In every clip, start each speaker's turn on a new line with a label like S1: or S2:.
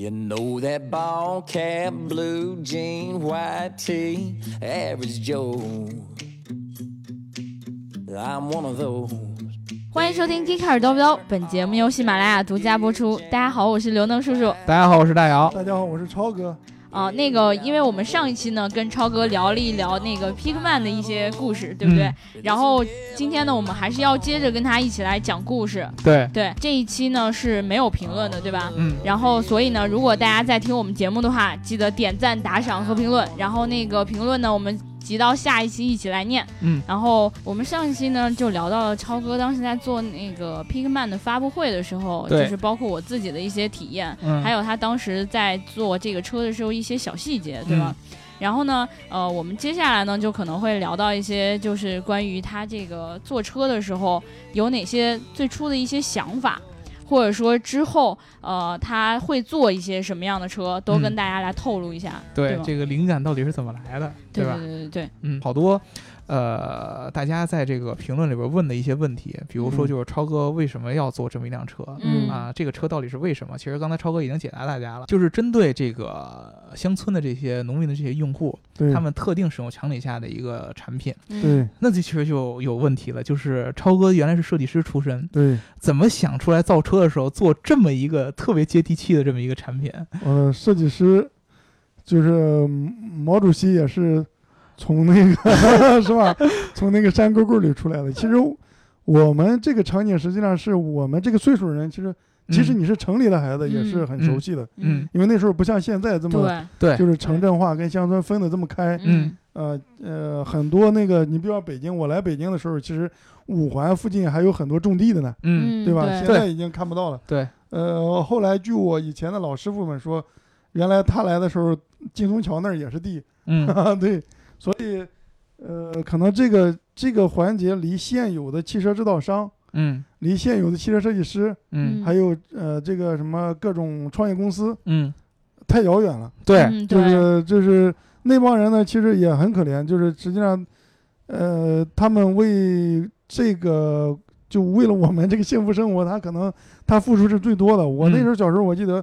S1: You know that ball cap, blue jean, white tee, average Joe. I'm one of those.
S2: 欢迎收听《迪卡尔叨不叨》，本节目由喜马拉雅独家播出。大家好，我是刘能叔叔。
S3: 大家好，我是大姚。
S4: 大家好，我是超哥。
S2: 啊、那个，因为我们上一期呢跟超哥聊了一聊那个 Pigman 的一些故事，对不对？然后今天呢，我们还是要接着跟他一起来讲故事。
S3: 对，
S2: 对，这一期呢是没有评论的，对吧？
S3: 嗯，
S2: 然后，所以呢，如果大家在听我们节目的话，记得点赞、打赏和评论。然后那个评论呢，我们集到下一期一起来念。
S3: 嗯，
S2: 然后我们上一期呢就聊到了超哥当时在做那个 Pigman 的发布会的时候，就
S3: 对
S2: 是包括我自己的一些体验，
S3: 嗯，
S2: 还有他当时在做这个车的时候一些小细节，对吧？
S3: 嗯
S2: 然后呢，呃，我们接下来呢，就可能会聊到一些，就是关于他这个坐车的时候有哪些最初的一些想法，或者说之后，呃，他会坐一些什么样的车，都
S3: 嗯
S2: 跟大家来透露一下，对
S3: 对
S2: 吧
S3: 这个灵感到底是怎么来的，
S2: 对
S3: 吧？
S2: 对对对，
S3: 嗯，好多呃，大家在这个评论里边问的一些问题，比如说
S4: 嗯
S3: 就是超哥为什么要做这么一辆车？
S2: 嗯
S3: 啊，这个车到底是为什么？其实刚才超哥已经解答大家了，就是针对这个乡村的这些农民的这些用户，
S4: 对，
S3: 他们特定使用场景下的一个产品，
S2: 嗯，
S4: 对
S3: 那就其实就有问题了。就是超哥原来是设计师出身，
S4: 对，
S3: 怎么想出来造车的时候做这么一个特别接地气的这么一个产品？
S4: 呃，设计师就是嗯毛主席也是从那个 是吧？从那个山沟沟里出来的。其实我们这个场景实际上是我们这个岁数人，其实即使
S3: 嗯
S4: 你是城里的孩子，也是很熟悉的，
S3: 嗯
S4: 因为那时候不像现在嗯这么。
S2: 嗯对，
S3: 对
S4: 就是城镇化跟乡村分得这么开，
S2: 嗯
S4: 呃呃，很多那个，你比如说北京，我来北京的时候，其实五环附近还有很多种地的呢，
S3: 嗯
S4: 对吧？现
S2: 对
S4: 在已经看不到了。
S3: 对，
S4: 呃，后来据我以前的老师傅们说，原来他来的时候，金钟桥那儿也是地，
S3: 嗯
S4: 哈，对，所以呃，可能这个这个环节离现有的汽车制造商、
S3: 嗯
S4: 离现有的汽车设计师，
S3: 嗯
S4: 还有呃这个什么各种创业公司
S3: 嗯，
S4: 太遥远了。
S3: 对，
S2: 嗯
S4: 就
S2: 对
S4: 是就是那帮人呢，其实也很可怜，就是实际上，呃，他们为这个就为了我们这个幸福生活，他可能他付出是最多的。我
S2: 嗯
S4: 那时候小时候，我记得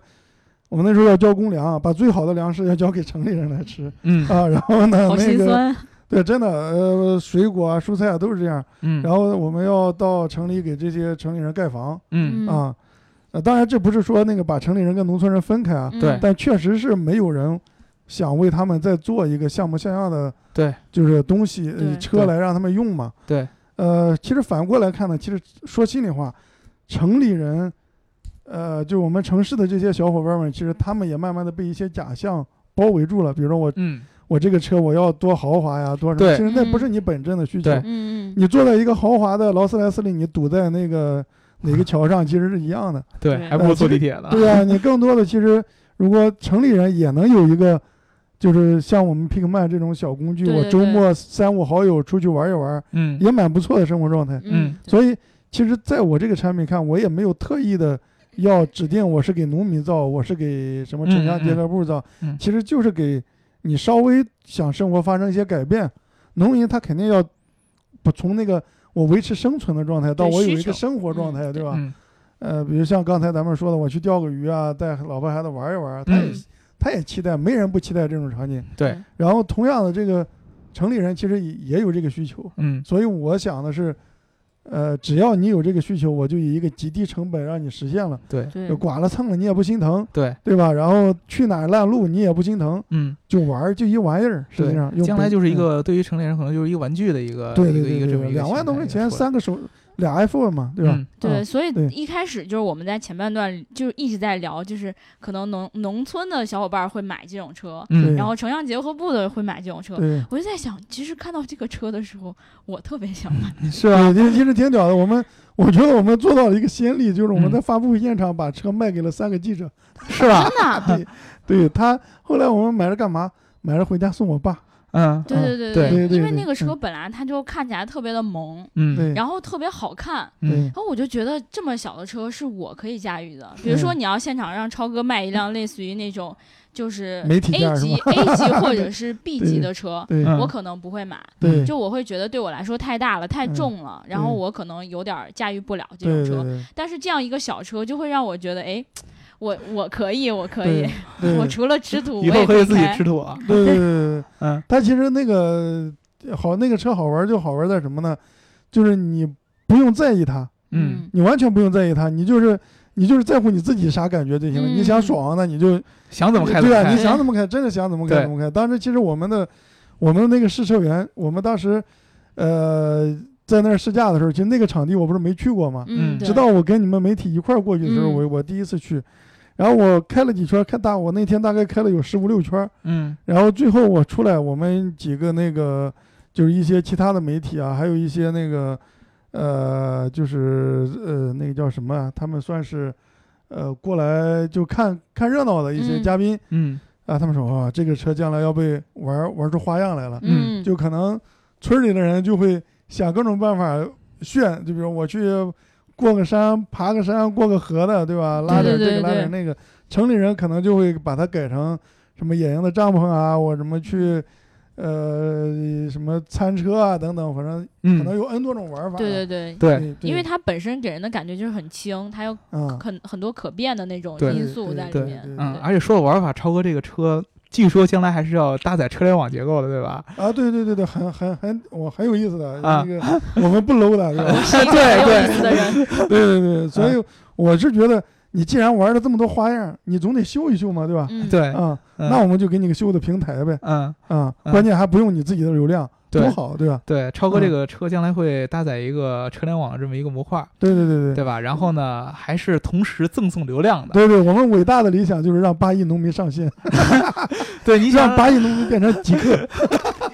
S4: 我们那时候要交公粮，把最好的粮食要交给城里人来吃
S3: 嗯
S4: 啊。然后呢，
S2: 好
S4: 那
S2: 心
S4: 个
S2: 酸，
S4: 对，真的，呃，水果啊、蔬菜啊都是这样。
S3: 嗯，
S4: 然后我们要到城里给这些城里人盖房
S3: 嗯
S2: 嗯
S4: 啊。呃，当然这不是说那个把城里人跟农村人分开啊，
S2: 嗯
S3: 对
S4: 但确实是没有人想为他们再做一个像模像样的，
S3: 对，
S4: 就是东西
S2: 对
S4: 以车来让他们用嘛。
S3: 对，
S4: 呃，其实反过来看呢，其实说心里话，城里人，呃，就我们城市的这些小伙伴们，其实他们也慢慢的被一些假象包围住了。比如说我
S3: 嗯
S4: 我这个车我要多豪华呀，多什么？
S3: 对
S4: 其实那不是
S2: 嗯
S4: 你本真的需求
S3: 对。
S2: 嗯嗯，
S4: 你坐在一个豪华的劳斯莱斯里，你堵在那个哪个桥上，其实是一样的。
S3: 对，还不如坐地铁 呢。
S4: 对啊，你更多的其实，如果城里人也能有一个，就是像我们 Pickman 这种小工具，
S2: 对对
S4: 我周末三五好友出去玩一玩，
S3: 嗯
S4: 也蛮不错的生活状态。
S2: 嗯
S3: 嗯，
S4: 所以，其实在我这个产品看，我也没有特意的要指定我是给农民造，我是给什么城乡结合部造，
S3: 嗯嗯嗯
S4: 其实就是给你稍微想生活发生一些改变。农民他肯定要不从那个我维持生存的状态到
S2: 对
S4: 我有
S2: 需
S4: 一个
S2: 求
S4: 生活状
S2: 嗯
S4: 态，对吧？
S3: 嗯
S4: 呃，比如像刚才咱们说的，我去钓个鱼啊，带老婆孩子玩一玩，啊他也、
S3: 嗯
S4: 他也期待，没人不期待这种场景。
S3: 对，
S4: 然后同样的，这个城里人其实也也有这个需求，
S3: 嗯
S4: 所以我想的是，呃，只要你有这个需求，我就以一个极低成本让你实现了，
S3: 对
S2: 对
S4: 就，剐了蹭了你也不心疼，
S3: 对，
S4: 对吧？然后去哪儿烂路你也不心疼，
S3: 嗯
S4: 就玩儿就一玩意儿，实际上
S3: 对，
S4: 用
S3: 将来
S4: 北
S3: 就是一
S4: 嗯
S3: 个对于成年人可能就是一个玩具的一个
S4: 对
S3: 一
S4: 对
S3: 个
S4: 对
S3: 一个
S4: 对
S3: 这么
S4: 对，
S3: 一个
S4: 两万多块钱
S3: 三
S4: 三个手俩 iPhone 嘛，对吧？
S3: 嗯
S2: 对，
S4: 嗯
S2: 所以
S4: 对
S2: 一开始就是我们在前半段就一直在聊，就是可能农农村的小伙伴会买这种车，
S3: 嗯
S4: 对
S2: 然后城乡结合部的会买这种车。
S4: 对。
S2: 我就在想，其实看到这个车的时候，我特别想买。
S3: 是
S4: 对，其实其实挺屌的。我们我觉得我们做到了一个先例，就是我们在发布会现场把车卖给了三个记者。
S3: 是 吧？
S2: 真的，
S4: 对，对他后来我们买了干嘛？买了回家送我爸。
S3: 嗯
S2: 对对对
S3: 对
S4: 对对
S2: 因为
S4: 对
S2: 那个车
S4: 嗯
S2: 本来它就看起来特别的萌，
S3: 嗯
S4: 对，
S2: 然后特别好看。
S3: 嗯
S4: 对
S2: 然后我就觉得这么小的车是我可以驾驭的。比如说，
S4: 嗯
S2: 你要现场让超哥卖一辆类似于那种就是
S4: 媒体
S2: A
S4: 价
S2: 级
S4: 是
S2: A 级或 者是 B 级的车，
S4: 对
S3: 嗯
S2: 我可能不会买。
S4: 对
S2: 就我会觉得对我来说太大了，太
S4: 嗯
S2: 重了，然后
S4: 对
S2: 我可能有点儿驾驭不了这
S4: 对
S2: 种
S4: 对
S2: 车。
S4: 对
S2: 但是这样一个小车就会让我觉得，哎，我我可以，我可以，
S4: 对，
S2: 我
S4: 对
S2: 除了吃土，
S3: 以
S2: 我
S3: 后
S2: 也
S3: 可
S2: 以
S3: 以自己
S2: 开
S3: 吃。土啊。
S4: 对对对对，
S3: 嗯，
S4: 它其实那个好，那个车好玩就好玩在什么呢？就是你不用在意它，
S3: 嗯，
S4: 你完全不用在意它，你就是你就是在乎你自己啥感觉就行了。
S2: 嗯
S4: 你想爽，那你就
S3: 想怎么开怎
S4: 对
S3: 么
S4: 吧？你
S3: 开。
S4: 想怎么开，真的想怎么开
S3: 对
S4: 怎么开。当时其实我们的我们那个试车员，我们当时呃在那儿试驾的时候，其实那个场地我不是没去过吗？
S2: 嗯，
S3: 嗯
S2: 对
S4: 直到我跟你们媒体一块儿过去的时候，
S2: 嗯
S4: 我我第一次去，然后我开了几圈，开大我那天大概开了有十五六圈儿，
S3: 嗯
S4: 然后最后我出来，我们几个那个就是一些其他的媒体啊，还有一些那个呃，就是呃那个叫什么啊，他们算是呃过来就看看热闹的一些
S2: 嗯
S4: 嘉宾、
S3: 嗯
S4: 啊，他们说啊，这个车将来要被玩玩出花样来了，
S2: 嗯，
S4: 就可能村里的人就会想各种办法炫，就比如我去过个山、爬个山、过个河的，对吧？拉
S2: 对
S4: 点
S2: 对
S4: 这
S2: 对
S4: 个，拉点那个。城里人可能就会把它改成什么野营的帐篷啊，我什么去，呃，什么餐车啊等等，反正可能
S3: 嗯，
S4: 有 N 多种玩法。
S2: 对对对。
S3: 对，
S4: 对，
S2: 因为它本身给人的感觉就是很轻，它有
S4: 嗯，
S2: 很很多可变的那种
S3: 对
S2: 因素在里
S3: 对
S2: 面。
S4: 对
S3: 嗯，
S2: 对
S3: 而且说到玩法，超哥这个车，据说将来还是要搭载车联网结构的，对吧？
S4: 啊，对对对对，很很很，我很有意思的，
S3: 啊
S4: 那个我们不 low 的，对吧？
S2: 是 一个很有意思的人，
S4: 对 对
S3: 嗯
S4: 对，所以我是觉得你既然玩了这么多花样，你总得秀一秀嘛，对吧？
S2: 嗯，
S3: 对，
S4: 啊，
S3: 嗯
S4: 那我们就给你个秀的平台呗，
S3: 嗯，
S4: 啊，
S3: 嗯
S4: 关键还不用你自己的流量，
S3: 对
S4: 多好，对吧？
S3: 对，超哥
S4: 嗯
S3: 这个车将来会搭载一个车联网的这么一个模块，
S4: 对对对对
S3: 对吧？然后呢，还是同时赠送流量的。
S4: 对对，我们伟大的理想就是让八亿农民上线，
S3: 对，你想
S4: 让八亿农民变成 极客，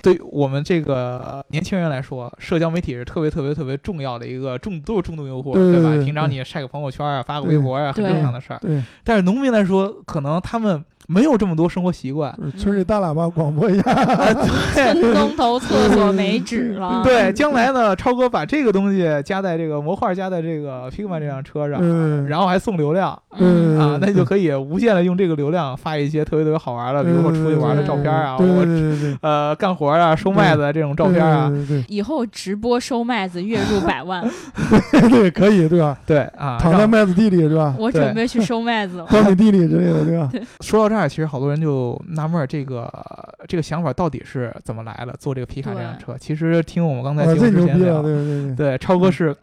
S3: 对于我们这个呃年轻人来说，社交媒体是特别特别特别重要的一个重度重度用户，
S4: 对对
S3: 吧？
S4: 对
S3: 平常你晒个朋友圈啊，发个微博啊，很
S2: 对
S3: 正常的事儿。
S4: 对，
S3: 但是农民来说，可能他们没有这么多生活习惯。
S4: 就是村里大喇叭广播一下，
S2: 村东头厕所没纸了。
S3: 对，将来呢，超哥把这个东西加在这个模块，加在这个 Pigman 这辆车上，
S4: 嗯，
S3: 然后还送流量
S2: 嗯，
S4: 嗯
S3: 啊，那你就可以无限的用这个流量发一些特别特别好玩的，比
S4: 嗯
S3: 如说出去玩的照片啊，
S4: 对对嗯
S3: 我
S4: 对对对，
S3: 呃干活啊、收麦子啊这种照片啊，
S4: 对对
S2: 以后直播收麦子月入百万，
S4: 对对，可以对吧？
S3: 对啊，
S4: 躺在
S3: 让
S4: 麦子地里是 吧？
S2: 我准备去收麦子了。
S4: 苞米地里之类的，对吧？
S3: 说到这儿，其实好多人就纳闷儿，这个这个想法到底是怎么来的？做这个皮卡这辆车，其实听我们刚才
S4: 啊，
S3: 节目
S4: 最
S3: 之
S4: 牛
S3: 前
S4: 逼
S3: 聊
S4: 了，，对对对，
S3: 对超哥是，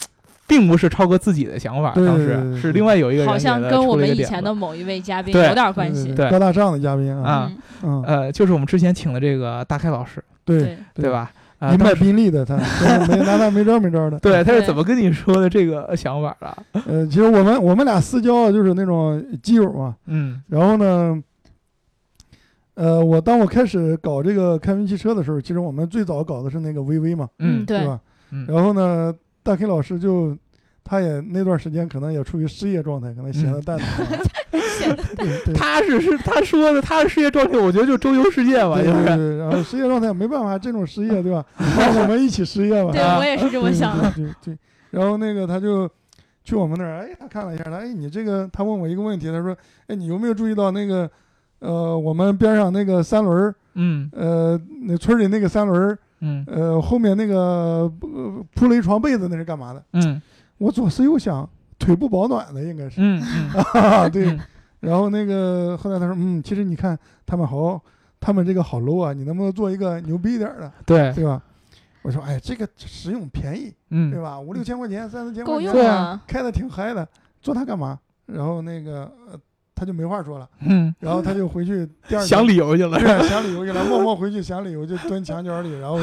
S3: 并不是超哥自己的想法，
S4: 对
S3: 当
S4: 对对
S3: 时
S4: 对
S3: 是另外有一个人
S2: 好像跟我们以前
S3: 的
S2: 的某一位嘉宾
S3: 对
S2: 有点关系。
S3: 对
S4: 高大上的嘉宾啊，
S3: 啊，
S2: 嗯，
S4: 嗯，
S3: 呃，就是我们之前请的这个大开老师，
S4: 对
S2: 对，
S3: 对？吧？啊
S4: 你，
S3: 当
S4: 买
S3: 时
S4: 宾利的，他 真的没拿他没招没招的。
S3: 对，他是
S2: 对
S3: 怎么跟你说的这个想法的？
S4: 呃，其实我们我们俩私交啊就是那种基友嘛。
S3: 嗯
S4: 然后呢，呃，我当我开始搞这个开云汽车的时候，其实我们最早搞的是那个 VV 嘛，
S2: 嗯，
S3: 嗯，
S4: 对
S2: 对，
S4: 吧？
S3: 嗯
S4: 然后呢，大 K 老师就他也那段时间可能也处于失业状态，可能闲
S3: 嗯
S4: 的蛋疼 啊。对对
S3: 他是是他说的，他是世界状态，我觉得就周游世界嘛，
S4: 对
S3: 就
S4: 对
S3: 是
S4: 对，然后失业状态没办法，这种失业对吧？那我们一起失业吧。
S2: 对
S3: 啊
S2: 我也是这么
S4: 对
S2: 想的。
S4: 对对对然后那个他就去我们那儿，哎，他看了一下，他哎，你这个，他问我一个问题，他说，哎，你有没有注意到那个，呃，我们边上那个三轮儿，
S3: 嗯
S4: 呃，那村里那个三轮儿，
S3: 嗯
S4: 呃，后面那个、呃铺了一床被子，那是干嘛的？
S3: 嗯
S4: 我左思右想，腿部保暖的应该是，
S3: 嗯嗯
S4: 啊，对
S3: 嗯。
S4: 然后那个后来他说，嗯，其实你看他们好，他们这个好 low 啊，你能不能做一个牛逼一点儿 的，
S3: 对，
S4: 对吧？我说，哎，这个实用便宜，对
S3: 嗯
S4: 吧？五六千块钱，三四千
S2: 够
S4: 块
S2: 用
S4: 钱，
S3: 对
S2: 了
S3: 啊。
S4: 开的挺嗨的，做它干嘛？然后那个、呃、他就没话 说了，
S3: 嗯，
S4: 然后他就回去第二天
S3: 想理由去了
S4: 对。啊想理由去了，默默回去想理由，就蹲墙角里， 然后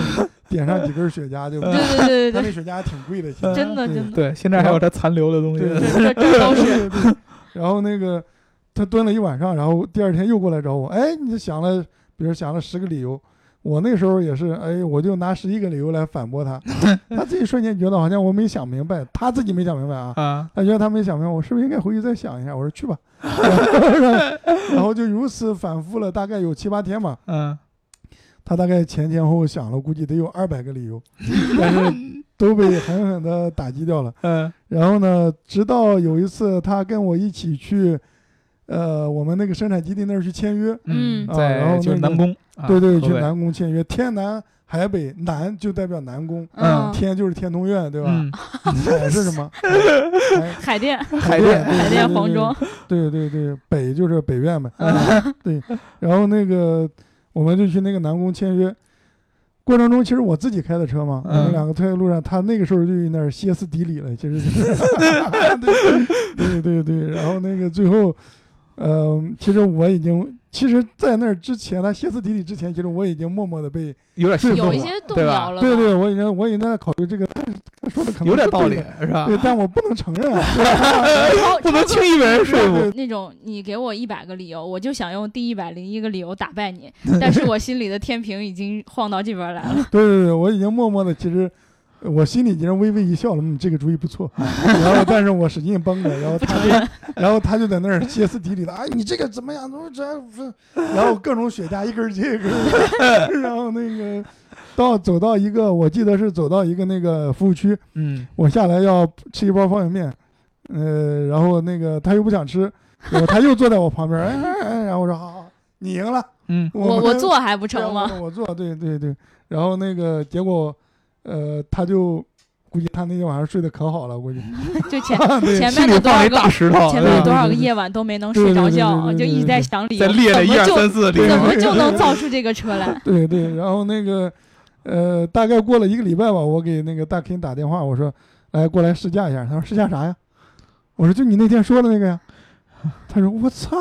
S4: 点上几根雪茄，就
S3: 对
S2: 对对对
S4: 他
S2: 对
S4: 那雪茄还挺贵的，其
S2: 对，
S3: 嗯
S4: 实
S2: 真的真的，
S3: 对，现在还有它残留的东西。
S4: 对
S2: 这这都是
S4: 对对。 然后那个他蹲了一晚上，然后第二天又过来找我，哎，你想了，比如想了十个理由。我那时候也是，哎，我就拿十一个理由来反驳他，他自己瞬间觉得好像我没想明白，他自己没想明白啊，
S3: 啊，
S4: 他觉得他没想明白，我是不是应该回去再想一下？我说去吧， 然后然后就如此反复了，大概有七八天吧。
S3: 嗯，
S4: 他大概前前后后想了，估计得有二百个理由，但是都被狠狠的打击掉了。
S3: 嗯，
S4: 然后呢，直到有一次他跟我一起去，呃，我们那个生产基地那儿去签约，
S2: 嗯
S4: 啊然
S3: 在
S4: 后
S3: 就是
S4: 那个
S3: 南宫，啊
S4: 对对，
S3: 河
S4: 去
S3: 北
S4: 南宫签约，天南海北南就代表南宫，
S3: 嗯
S4: 天就是天通苑，对吧？
S3: 嗯，
S4: 海是什么？哎海
S2: 海淀，
S3: 海淀
S4: 淀，
S2: 海
S4: 海
S2: 淀黄庄，
S4: 对对对，北就是北苑呗。
S2: 嗯
S3: 啊
S4: 对，然后那个我们就去那个南宫签约，过程中其实我自己开的车嘛，我
S3: 嗯
S4: 们两个退在路上，他那个时候就有点歇斯底里了，其实就是 对，对对对，然后那个最后，呃，其实我已经，其实，在那儿之前，他歇斯底里之前，其实我已经默默的被，
S3: 有点心
S4: 有
S3: 动
S2: 有
S4: 一
S2: 一
S3: 了，
S2: 些动
S3: 对吧
S2: 摇了吧，
S4: 对对，我已经我已经在考虑这个，但是他说的可能
S3: 有点
S4: 是
S3: 道理
S4: 对的，
S3: 是吧
S4: 对，？但我不能承 认啊，
S2: 超，
S3: 不
S2: 超
S3: 能
S2: 过
S3: 轻易被人说服。
S2: 那种你给我一百个理由，我就想用第一百零一个理由打败 你，但是我心里的天平已经晃到这边来了。
S4: 对对对，我已经默默的，其实呃我心里已经微微一笑了，嗯，这个主意不错。然后，但是我使劲绷着，然后他就，然后他就在那儿歇斯底里的，哎，你这个怎么样？怎么这样？这然后各种雪茄一根儿接一根儿 的，然后那个到走到一个，我记得是走到一个那个服务区，
S3: 嗯，
S4: 我下来要吃一包方便面，呃，然后那个他又不想吃，然后他又坐在我旁边，哎哎哎，然后我说好好，好你赢了，
S3: 嗯，
S2: 我
S4: 我
S2: 我做还不
S4: 对啊
S2: 成吗？
S4: 我我做，对对对。然后那个结果，呃，他就估计他那天晚上睡得可好了， 估计
S2: 就 前
S4: 对
S2: 前面
S3: 啊心里
S2: 有多
S3: 放了
S2: 少
S3: 一大
S2: 个，
S3: 石头，
S2: 前面
S3: 对吧
S2: 有多少个夜晚都没能睡着觉，就一直在想理由，
S3: 在列了
S2: 怎
S3: 一
S2: 么
S3: 二
S2: 就
S3: 三四里，
S2: 怎么就能造出这个车来？
S4: 对对。然后那个，呃，大概过了一个礼拜吧，我给那个大 K 打电话，我说来过来试驾一下。他说试驾啥呀？我说就你那天说的那个呀。他说 我操，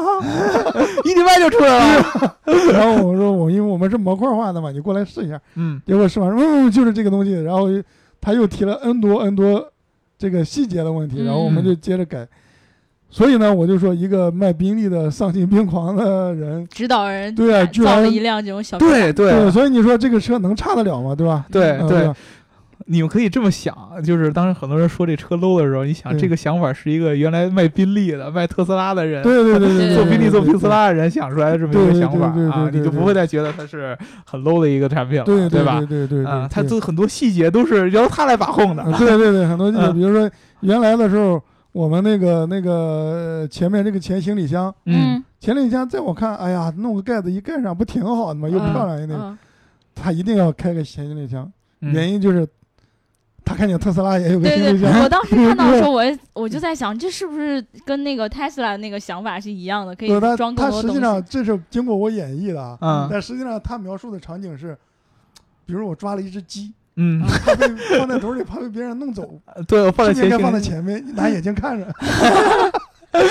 S3: 一礼拜就出来了。
S4: 然后我说我因为我们是模块化的嘛，你过来试一下。
S3: 嗯
S4: 结果试完，嗯，就是这个东西。然后他又提了 N 多 N 多这个细节的问题，
S2: 嗯
S4: 然后我们就接着改。所以呢，我就说一个卖宾利的丧心病狂的人，
S2: 指导人
S4: 对啊，居
S2: 哎造了
S4: 然
S2: 一辆这种小车，
S3: 对对啊
S4: 所以你说这个车能差得了吗？对吧？
S3: 对
S4: 嗯
S3: 对
S4: 吧，
S3: 你们可以这么想，就是当时很多人说这车 low 的时候，你想
S4: 对
S3: 这个想法是一个原来卖宾利的、卖特斯拉的人，
S4: 对对对对，
S3: 做
S2: 对
S3: 宾利、
S4: 对
S3: 做
S4: 对
S3: 特斯拉的人想出来的这么一个
S4: 对
S3: 想法
S4: 对对
S3: 啊，
S4: 对对
S3: 你就不会再觉得它是很 low 的一个产品了，
S4: 对
S3: 吧
S4: 对？对对对
S3: 啊，
S4: 对
S3: 它做很多细节都是由它来把控的
S4: 啊。对对对，很多
S3: 嗯
S4: 比如说原来的时候，我们那个那个前面这个前行李箱，
S2: 嗯，
S4: 前行李箱在我看，哎呀，弄个盖子一盖上不挺好的吗？啊又
S2: 嗯
S4: 漂亮一点，
S2: 嗯，
S4: 他一定要开个前行李箱，
S3: 嗯，
S4: 原因就是他看见特斯拉也有个
S2: 对
S4: 新
S2: 对
S4: 对
S2: 对，
S4: 象，
S2: 我当时看到的时 候，我也我就在想，这是不是跟那个 Tesla 那个想法是一样的，可以
S4: 不他
S2: 装更
S4: 他
S2: 多
S4: 实
S2: 东
S4: 际上
S2: 西？
S4: 这是经过我演绎的啊，
S3: 嗯
S4: 但实际上他描述的场景是，比如我抓了一只鸡，
S3: 嗯，
S4: 它被放在兜里，怕被别人弄走，
S3: 对，我 放在
S4: 是不是
S3: 前
S4: 应该放在
S3: 行，
S4: 前面，拿眼睛看着。 对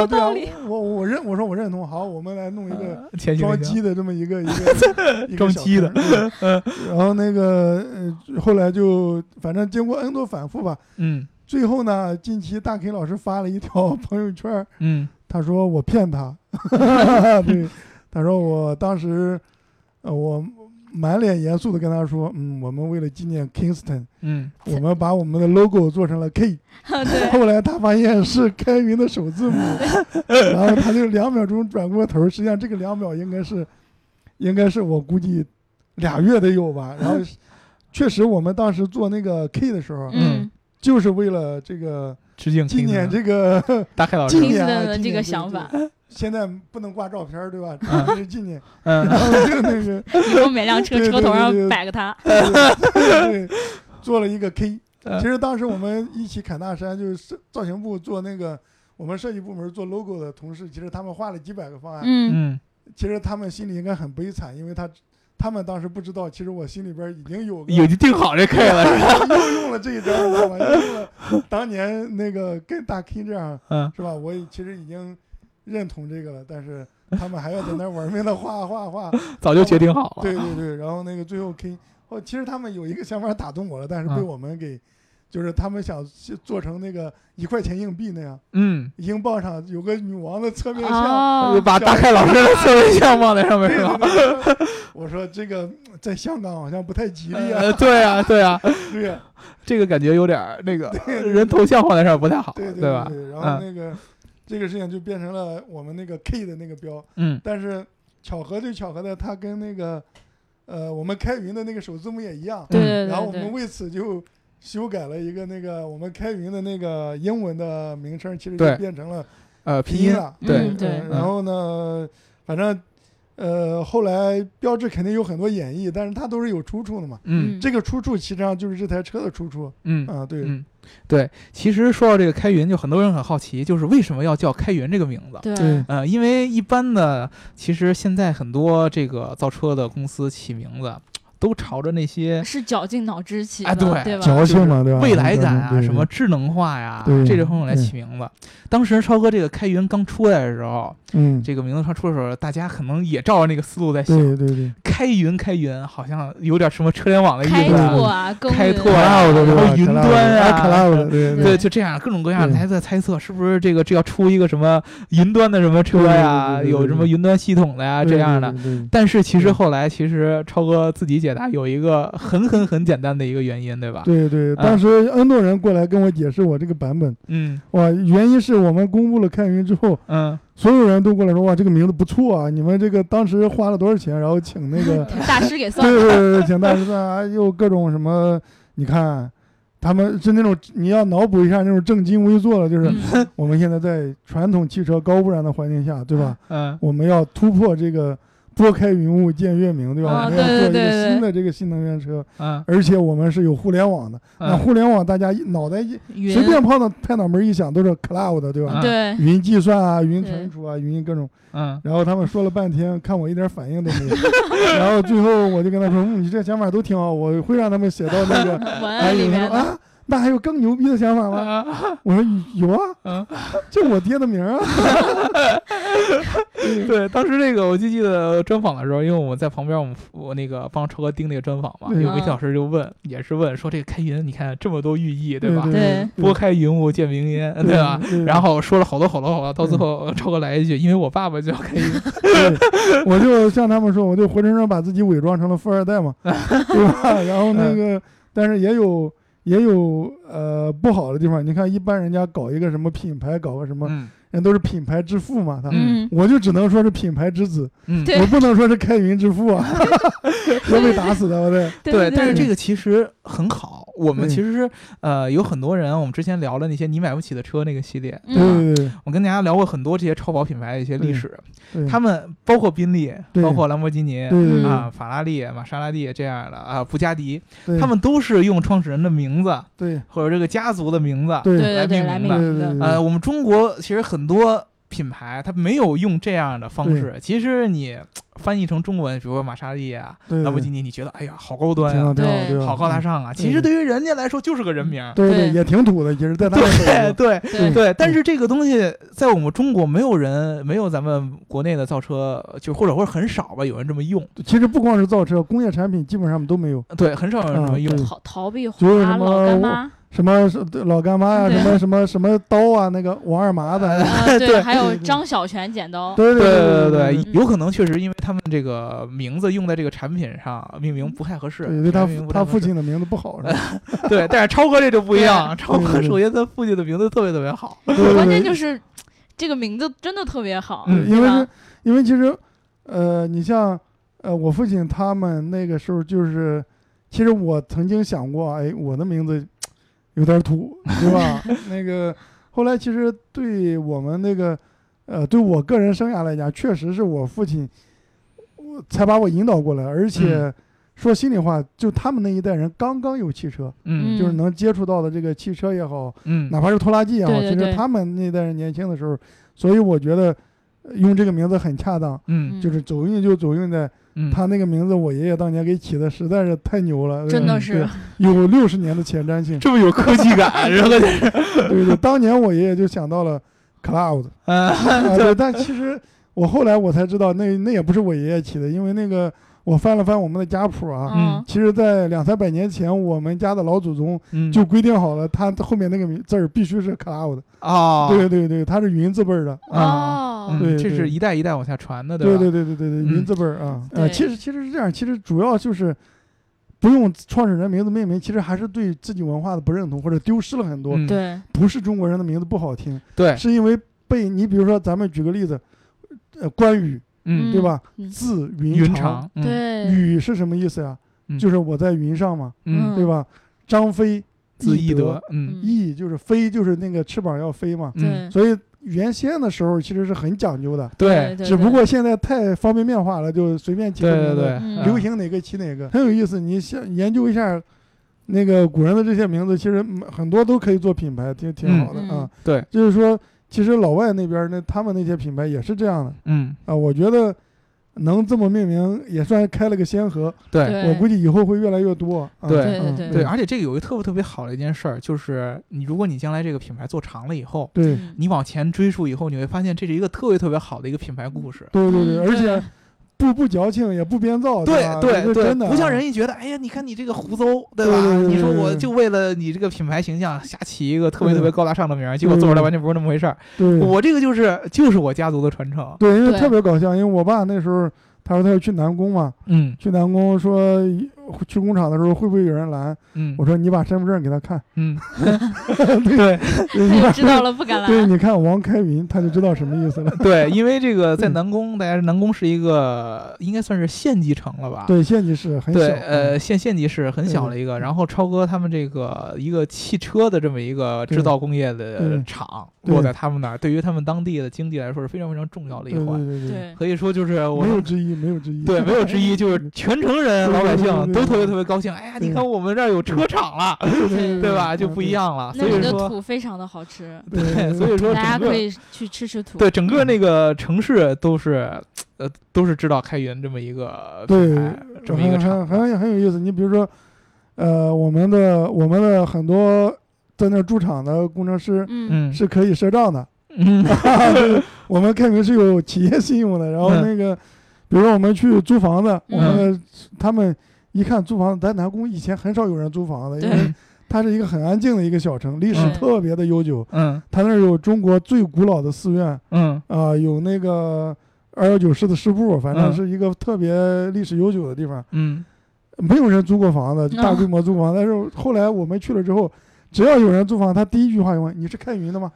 S4: 啊，对
S2: 道
S4: 啊
S2: 理，
S4: 我我认我说我认同，好，我们来弄一个
S3: 啊前行
S4: 装
S3: 李箱
S4: 鸡的这么一个 一个一个
S3: 装
S4: 小
S3: 鸡的
S4: 坑 儿，对然后那个呃后来就反正经过 N 多反复吧，
S3: 嗯
S4: 最后呢，近期大 K 老师发了一条朋友圈儿，
S3: 嗯
S4: 他说我骗他，对，他说我当时，呃，我满脸严肃的跟他说，嗯，我们为了纪念 Kingston，
S3: 嗯，
S4: 我们把我们的 logo 做成了 K，
S2: 对，嗯
S4: 后来他发现是开云的首字母，然后他就两秒钟转过头，实际上这个两秒应该是，应该是我估计俩月得有吧，然后确实我们当时做那个 K 的时候，
S2: 嗯，
S4: 就是为了这个。
S3: 致敬
S4: 今年
S3: Kingston
S4: 这个
S3: 大黑老师
S4: 今，
S2: Kingston
S4: 年 啊
S2: 的
S4: 今
S2: 这个
S4: 年
S2: 想法，
S4: 对对现在不能挂照片儿对吧？
S3: 嗯
S4: 这是纪念，
S3: 嗯
S4: 然后就那个
S2: 以后每辆车
S4: 对对
S2: 车头
S4: 对
S2: 上
S4: 对
S2: 摆个它，
S4: 对，对做了一个 K。
S3: 嗯
S4: 其实当时我们一起砍大山，就是造型部做那个，我们设计部门做 logo 的同事，其实他们画了几百个方案，
S2: 嗯，
S3: 嗯
S4: 其实他们心里应该很悲惨，因为他他们当时不知道，其实我心里边已经有个
S3: 已经定好这 K 了，是吧？
S4: 又用了这一招，你知道吗？又用了当年那个跟大 K 这样。
S3: 嗯
S4: 是吧？我也其实已经认同这个了，但是他们还要在那儿玩命的画 画画。
S3: 早就决定好了。
S4: 对对对，然后那个最后 K，哦，其实他们有一个想法打动我了，但是被
S3: 嗯
S4: 我们给，就是他们想去做成那个一块钱硬币那样，
S3: 嗯，
S4: 英镑上有个女王的侧面像。
S2: 哦
S3: 就，把大开老师的侧面像放在上面
S4: 对
S3: 是
S4: 对
S3: 吧？
S4: 对对，我说这个嗯在香港好像不太吉利啊
S3: 呃，，对啊，对啊，
S4: 对呀，
S3: 这个感觉有点儿那个人头像放在上不太好，
S4: 对对
S3: 吧？
S4: 对，然
S3: 嗯
S4: 后那个这个事情就变成了我们那个 K 的那个标，
S3: 嗯
S4: 但是巧合就巧合的，它跟那个呃我们开云的那个首字母也一样。
S2: 对对
S4: 嗯然后我
S2: 对
S4: 们
S2: 对，
S4: 为此就修改了一个那个我们开云的那个英文的名称，其实
S3: 对
S4: 就变成了
S3: 呃，
S4: 拼
S3: 音
S4: 了。
S2: 嗯
S3: 对，
S2: 对
S4: 呃然后呢，反正呃，后来标志肯定有很多演绎，但是它都是有出处的嘛。
S3: 嗯
S4: 这个出处其实上就是这台车的出处
S3: 嗯
S4: 啊，对，
S3: 嗯，对。其实说到这个开云，就很多人很好奇，就是为什么要叫开云这个名字？
S2: 嗯对
S4: 对
S3: 呃，因为一般的，其实现在很多这个造车的公司起名字都朝着那些
S2: 是绞尽脑汁起的，
S3: 哎对
S2: 对吧？
S4: 矫情啊嘛，对吧？
S3: 未来感
S4: 对
S3: 啊，
S4: 对
S3: 什么智能化呀，
S4: 对
S3: 这种来起名字。当时超哥这个开云刚出来的时候，
S4: 嗯，
S3: 这个名字刚出来的时候，大家可能也照着那个思路在想，
S4: 对对对，
S3: 开云开云，好像有点什么车联网的意
S2: 开
S3: 思啊，
S2: 拓啊，耕耘
S3: 开拓啊
S2: 啊，
S4: cloud 对
S3: 然
S4: 吧
S3: 后云端啊
S4: cloud 对
S3: 对，就这样各种各样的，
S4: 对
S3: 大家在猜测是不是这个这要出一个什么云端的什么车呀，
S4: 对对对对对
S3: 有什么云端系统的呀啊
S4: 对
S3: 这样的。，
S4: 对对
S3: 但是其实后来，其实超哥自己解答有一个很很很简单的一个原因，对吧？
S4: 对对，
S3: 嗯
S4: 当时 N 多人过来跟我解释我这个版本，
S3: 嗯
S4: 哇，原因是我们公布了开云之后，
S3: 嗯，
S4: 所有人都过来说哇，这个名字不错啊，你们这个当时花了多少钱，然后请 那个
S2: 大师给算
S4: 对
S2: 了，
S4: 对对，请大师算啊，又各种什么，你看。他们是那种你要脑补一下那种正襟危坐的，就是
S2: 嗯
S4: 我们现在在传统汽车高污染的环境下，对吧？
S3: 嗯
S4: 我们要突破这个拨开云雾见月明，对吧？
S2: 啊
S4: 我们要做
S2: 对对
S4: 一
S2: 对对
S4: 个新的这个新能源车，
S3: 嗯
S4: 而且我们是有互联网的。那
S3: 嗯，
S4: 互联网大家一脑袋一
S2: 嗯云嗯
S4: 随便啊碰到拍脑门一想都是 cloud，对吧？
S3: 啊
S2: 对，
S4: 云计算啊，云存储啊，云各种。
S3: 嗯
S4: 然后他们说了半天，看我一点反应都没有。然后最后我就跟他说：“嗯，你这想法都挺好，我会让他们写到 那个
S2: 文
S4: 哎
S2: 案嗯里
S4: 有
S2: 面
S4: 人说
S2: 的
S4: 啊，那还有更牛逼的想法吗？”
S3: 啊
S4: 我说：“有啊，
S3: 嗯，
S4: 这我爹的名儿啊。
S3: 对，当时这个我就记得专访的时候，因为我们在旁边，我们我那个帮超哥盯那个专访嘛，
S4: 嗯
S3: 有媒体老师就问，也是问说这个开云，你看这么多寓意，”吧？
S4: 对
S2: 对
S3: 拨开云雾见明烟，对吧？？然后说了好多好多好多，到最后超哥来一句：“因为我爸爸叫开云。
S4: 对，我就像他们说，我就活生生把自己伪装成了富二 代嘛，对吧？然后
S3: 嗯
S4: 那个，但是也有也有呃不好的地方。你看，一般人家搞一个什么品牌，搞个什”么，
S3: 嗯
S4: 人都是品牌之父嘛，他。
S2: 嗯，
S4: 我就只能说是品牌之子，
S3: 嗯，
S2: 对
S4: 我不能说是开云之父 啊，要被打死的，我得。
S3: 对。但是
S2: 对
S3: 这个其实很好，我们
S4: 嗯
S3: 其实是呃有很多人，我们之前聊了那些你买不起的车那个系列，
S4: 对
S2: 嗯
S4: 对对
S3: 我跟大家聊过很多这些超跑品牌的一些历史，
S4: 对，
S3: 他们包括宾利，
S4: 对
S3: 包括兰博基尼
S4: 对。对
S2: 嗯
S3: 啊，法拉利、玛莎拉蒂这样的啊，布加迪，
S4: 对，
S3: 他们都是用创始人的名字
S4: 对
S3: 或者这个家族的名字。
S4: 对
S2: 对对对，来
S3: 来命
S2: 命
S3: 名
S2: 名
S4: 的
S2: 的，
S3: 呃，我们中国其实很多品牌它没有用这样的方式。其实你嘖翻译成中文，比如说玛莎拉蒂啊、
S4: 对，
S3: 兰博基尼，你觉得哎呀好高端
S4: 挺好
S3: 啊，
S4: 挺好，
S2: 对
S4: 对吧？
S3: 好高大，上啊。其实对于人家来说就是个人名儿。
S4: 对对，
S2: 对
S4: 也挺土的，也是在他们手
S3: 对
S4: 上。
S3: 对
S2: 对
S3: 对，但是这个东西在我们中国没有人，没有咱们国内的造车，就或者或者很少吧，有人这么用。
S4: 其实不光是造车，工业产品基本上都没有。
S3: 对，很少有人这么
S4: 啊
S3: 用。
S4: 对
S2: 逃逃避华
S4: 就是什么
S2: 老干妈，
S4: 什么是老干妈呀、
S2: 对
S4: 什么什么什么刀啊，那个王二麻的，
S2: 啊，对，
S3: 对
S2: 还有
S4: 对嗯对
S2: 张小泉剪刀，
S4: 对
S3: 对对
S4: 对对
S2: 对
S3: 有可能确实因为他们这个名字用在这个产品上，命名不太合适。
S4: 对，对他
S3: 命名不太
S4: 他
S3: 合
S4: 父
S3: 适
S4: 亲的名字不好是吧？
S3: 对，但是超哥这就不一样，超
S4: 对
S3: 哥
S4: 对对
S3: 首先他父亲的名字特别特别好，
S4: 对对对，
S2: 关键就是这个名字真的特别好，
S3: 嗯
S4: 因为
S2: 吧
S4: 是，因为其实，呃，你像呃我父亲他们那个时候就是，其实我曾经想过，哎，我的名字有点土，对吧？那个后来其实对我们那个呃对我个人生涯来讲，确实是我父亲我才把我引导过来，而且
S3: 嗯
S4: 说心里话，就他们那一代人刚刚有汽车，
S3: 嗯
S4: 就是能接触到的这个汽车也好，
S3: 嗯
S4: 哪怕是拖拉机也好，啊
S2: 对对
S4: 其
S2: 对
S4: 实他们那代人年轻的时候，所以我觉得呃用这个名字很恰当，
S3: 嗯
S4: 就是走运就走运在
S3: 嗯，
S4: 他那个名字，我爷爷当年给起的实在是太牛了，
S2: 真的
S4: 嗯对啊
S2: 是，
S4: 有六十年的前
S3: 。
S4: 瞻性
S3: 这么有科技感，然后就是
S4: 对对，当年我爷爷就想到了 cloud
S3: 嗯
S4: 啊，对，但其实我后来我才知道那，那也不是我爷爷起的，因为那个我翻了翻我们的家谱啊。
S2: 嗯，
S4: 其实，在两三百年前，我们家的老祖宗
S3: 嗯
S4: 就规定好了，他后面那个名字儿必须是 cloud，
S3: 啊
S4: 对对对，它是云字辈儿的。
S3: 啊，
S2: 哦
S3: 嗯，
S4: 对
S3: 这是
S4: 对
S3: 一代一代往下传的，
S4: 对
S3: 吧？
S4: 对对对对对，
S3: 嗯
S4: 云字辈儿啊。
S2: 对
S4: 呃，其实其实是这样，其实主要就是不用创始人名字命名，其实还是对自己文化的不认同或者丢失了很多。
S3: 嗯哎
S2: 对，
S4: 不是中国人的名字不好听，
S3: 对，
S4: 是因为被你比如说咱们举个例子，呃，关羽
S3: 嗯，
S4: 对吧？
S2: 嗯
S4: 字云
S3: 云
S4: 长，
S3: 长，嗯，
S2: 对，
S4: 羽是什么意思呀
S3: 嗯？
S4: 就是我在云上嘛，
S3: 嗯，
S4: 对吧？张飞
S3: 字
S4: 翼
S3: 翼
S4: 德，
S3: 德，嗯
S2: 嗯
S4: 翼就是飞，就是那个翅膀要飞嘛。
S3: 嗯
S2: 对，
S4: 所以原先的时候其实是很讲究的，
S2: 对，对
S4: 只不过现在太方便面化了，就随便起
S3: 对
S4: 个
S3: 嗯对
S4: 名
S3: 对
S4: 字，
S2: 嗯
S3: 嗯
S4: 流行哪个起哪个，很有意思。你想研究一下那个古人的这些名字，其实嗯很多都可以做品牌，挺挺好的
S2: 嗯
S4: 啊。
S3: 对，
S4: 就是说，其实老外那边儿那他们那些品牌也是这样的
S3: 嗯，
S4: 啊。我觉得能这么命名，也算开了个先河。
S3: 对
S2: 对
S4: 我估计以后会越来越多。啊
S3: 对
S2: 对
S4: 嗯
S2: 对
S3: 对，而且这个有一个特别特别好的一件事儿，就是你如果你将来这个品牌做长了以后，
S4: 对
S2: 嗯
S3: 你往前追溯以后，你会发现这是一个特别特别好的一个品牌故事。
S4: 对对对，
S2: 嗯
S4: 而且不不矫情，也不编造，
S3: 对
S4: 吧
S3: 对
S4: 这
S3: 对，
S4: 真的
S3: 不像
S4: 啊
S3: 人一觉得，哎呀，你看你这个胡诌，对
S4: 对
S3: 吧？
S4: 对对
S3: 你说
S4: 对
S3: 我
S4: 对
S3: 就为了你这个品牌形象瞎起一个特别特别
S4: 对
S3: 高大上的名儿，结果做出来完全不是那么回事儿。
S4: 对
S3: 我这个就是就是我家族的传承。
S4: 对，因为
S2: 对
S4: 特别搞笑，因为我爸那时候他说他要去南宫嘛，
S3: 嗯
S4: 去南宫说去工厂的时候会不会有人拦？
S3: 嗯
S4: 我说你把身份证给他看，
S3: 嗯，对
S4: 你
S2: 他就
S4: 把
S2: 知道了不敢
S4: 对，
S2: 来，
S4: 你看王开云，他就知道什么 意思了。
S3: 对，因为这个在
S4: 嗯
S3: 南宫，大家南宫是一个应该算是县级城了吧？
S4: 对，县级市很小，嗯
S3: 对，呃，县县级市很
S4: 对
S3: 小
S4: 对
S3: 的一个，然后超哥他们这个一个汽车的这么一个制
S4: 对
S3: 造工业的
S4: 对
S3: 厂
S4: 对
S3: 落在他们那儿，对于他们当地的经济来说是非常非常重要的
S4: 对
S3: 一
S4: 对
S3: 环。
S4: 对对，
S2: 对，
S3: 可以说就是我
S4: 没有
S3: 们
S4: 之一，没有之一，
S3: 对没有之 一，就是全城人
S4: 对
S3: 老百
S4: 对对
S3: 姓
S4: 对
S3: 都
S4: 对
S3: 特别特别高兴。哎呀，你
S4: 对
S3: 看我们这儿有车厂了，
S4: 对对
S2: 对
S4: 对
S3: 对吧？就不一。样了。
S2: 那
S3: 所
S2: 里
S3: 以
S2: 的
S3: 说，
S2: 土非常的好吃，
S4: 对
S3: 对，所以说
S2: 大家
S3: 整个
S2: 可以去吃吃土。
S3: 对整个那个城市都是呃都是知道开云这么一个
S4: 对
S3: 品牌这么一个
S4: 很
S3: 厂
S4: 很很很有意思。你比如说，呃，我们的我们的很多在那儿驻场的工程师
S2: 嗯，
S3: 嗯
S4: 是可以赊账的，
S3: 嗯
S4: 我们开明是有企业信用的，然后
S3: 嗯
S4: 那个，比如说我们去租房子，
S2: 嗯
S4: 我们他们一看租房子，咱南宫以前很少有人租房子，因为
S3: 对
S4: 它是一个很安静的一个小城，历史
S3: 嗯
S4: 特别的悠久。
S3: 嗯
S4: 它那儿有中国最古老的寺院
S3: 嗯
S4: 啊、有那个二幺九师的师部，反正
S3: 嗯
S4: 是一个特别历史悠久的地方，
S3: 嗯
S4: 没有人租过房子，
S2: 啊
S4: 大规模租房。但是后来我们去了之后。只要有人租房，他第一句话就问：“你是开云的吗？”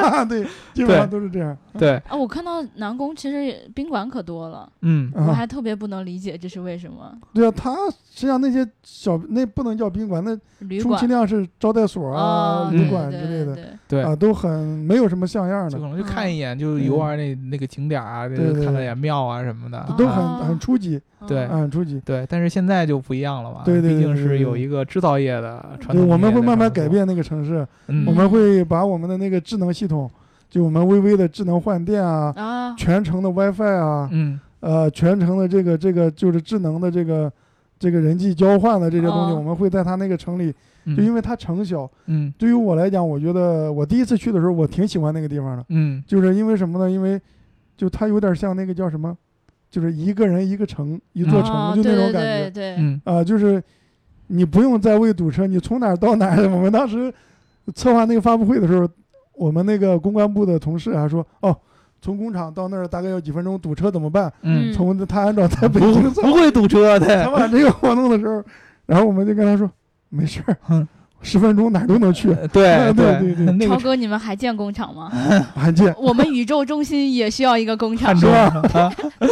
S4: 对，基本上都是这样。
S3: 对
S2: 啊，我看到南宫其实宾馆可多了，
S3: 嗯
S2: 我
S4: 啊
S2: 还特别不能理解这是为什么。
S4: 对啊，他实际上那些小那不能叫宾馆，那
S2: 旅
S4: 充
S2: 馆
S4: 其量是招待所啊、
S2: 啊，
S4: 旅
S2: 对
S4: 馆之
S2: 对
S4: 类的
S2: 对
S3: 对
S4: 啊，都很没有什么像样
S3: 就
S4: 的
S3: 可，能就
S2: 嗯
S3: 看一眼，就游玩那那个景点儿啊，就
S4: 对对
S3: 看了
S4: 对
S3: 眼庙啊什么的，
S4: 都
S3: 啊
S4: 很很初级，
S3: 对
S2: 嗯
S4: 啊很初级。
S3: 对。但是现在就不一样了嘛，
S4: 对对
S3: 毕
S4: 对
S3: 竟
S4: 对
S3: 是
S4: 对
S3: 有一个制造业的传
S4: 对，
S3: 统，
S4: 我们会慢慢改，变那个城市，我
S3: 嗯
S4: 们会把我们的那个智能系统，就我们微微的智能换电啊，
S2: 啊，
S4: 全程的 WiFi 啊，
S3: 嗯
S4: 呃，全程的这个这个就是智能的这个这个人际交换的这些东西，
S2: 哦
S4: 我们会在它那个城里，就因
S3: 嗯
S4: 为它城小。
S3: 嗯
S4: 对于我来讲，我觉得我第一次去的时候，我挺喜欢那个地方的。
S3: 嗯
S4: 就是因为什么呢？因为就它有点像那个叫什么，就是一个人一个城，一座城，
S2: 啊
S4: 就那种
S2: 对
S4: 感
S2: 对对
S4: 觉
S2: 对，
S3: 嗯
S4: 啊、就是你不用再为堵车，你从哪儿到哪儿。 我们当时策划那个发布会的时候，我们那个公关部的同事还说，哦，从工厂到那儿大概要几分钟，堵车怎么办？
S3: 嗯，
S4: 从他按照在
S3: 不
S4: 北京策
S3: 不会堵车
S4: 策
S3: 的，
S4: 划这个活动的时候，然后我们就跟他说，没事儿
S3: 嗯，
S4: 十分钟哪儿都能去，
S3: 呃对
S4: 对对对
S3: 那
S2: 超
S3: 个
S2: 哥，你们还建工厂吗？
S4: 罕见。
S2: 我们宇宙中心也需要一个工厂
S3: 汉，中啊，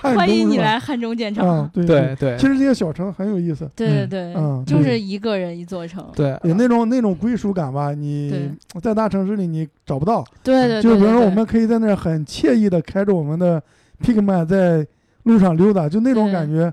S4: 汉
S2: 欢迎
S4: 中
S2: 你
S4: 是吧
S2: 来汉中建
S4: 啊
S2: 厂。！
S4: 对
S3: 对对
S4: 其实这些小城很有意思。
S2: 对
S3: 嗯
S2: 对
S4: 嗯
S2: 对，就
S4: 对
S2: 是一个人一座城。
S3: 对
S4: 对那种那种归属感吧，你在大城市里你找不到。
S2: 对对，
S4: 就是比
S2: 对
S4: 如说，
S2: 对
S4: 我们可以在那儿很惬意的开着我们的 Pigman 在路上溜达，就那种
S2: 对
S4: 感觉。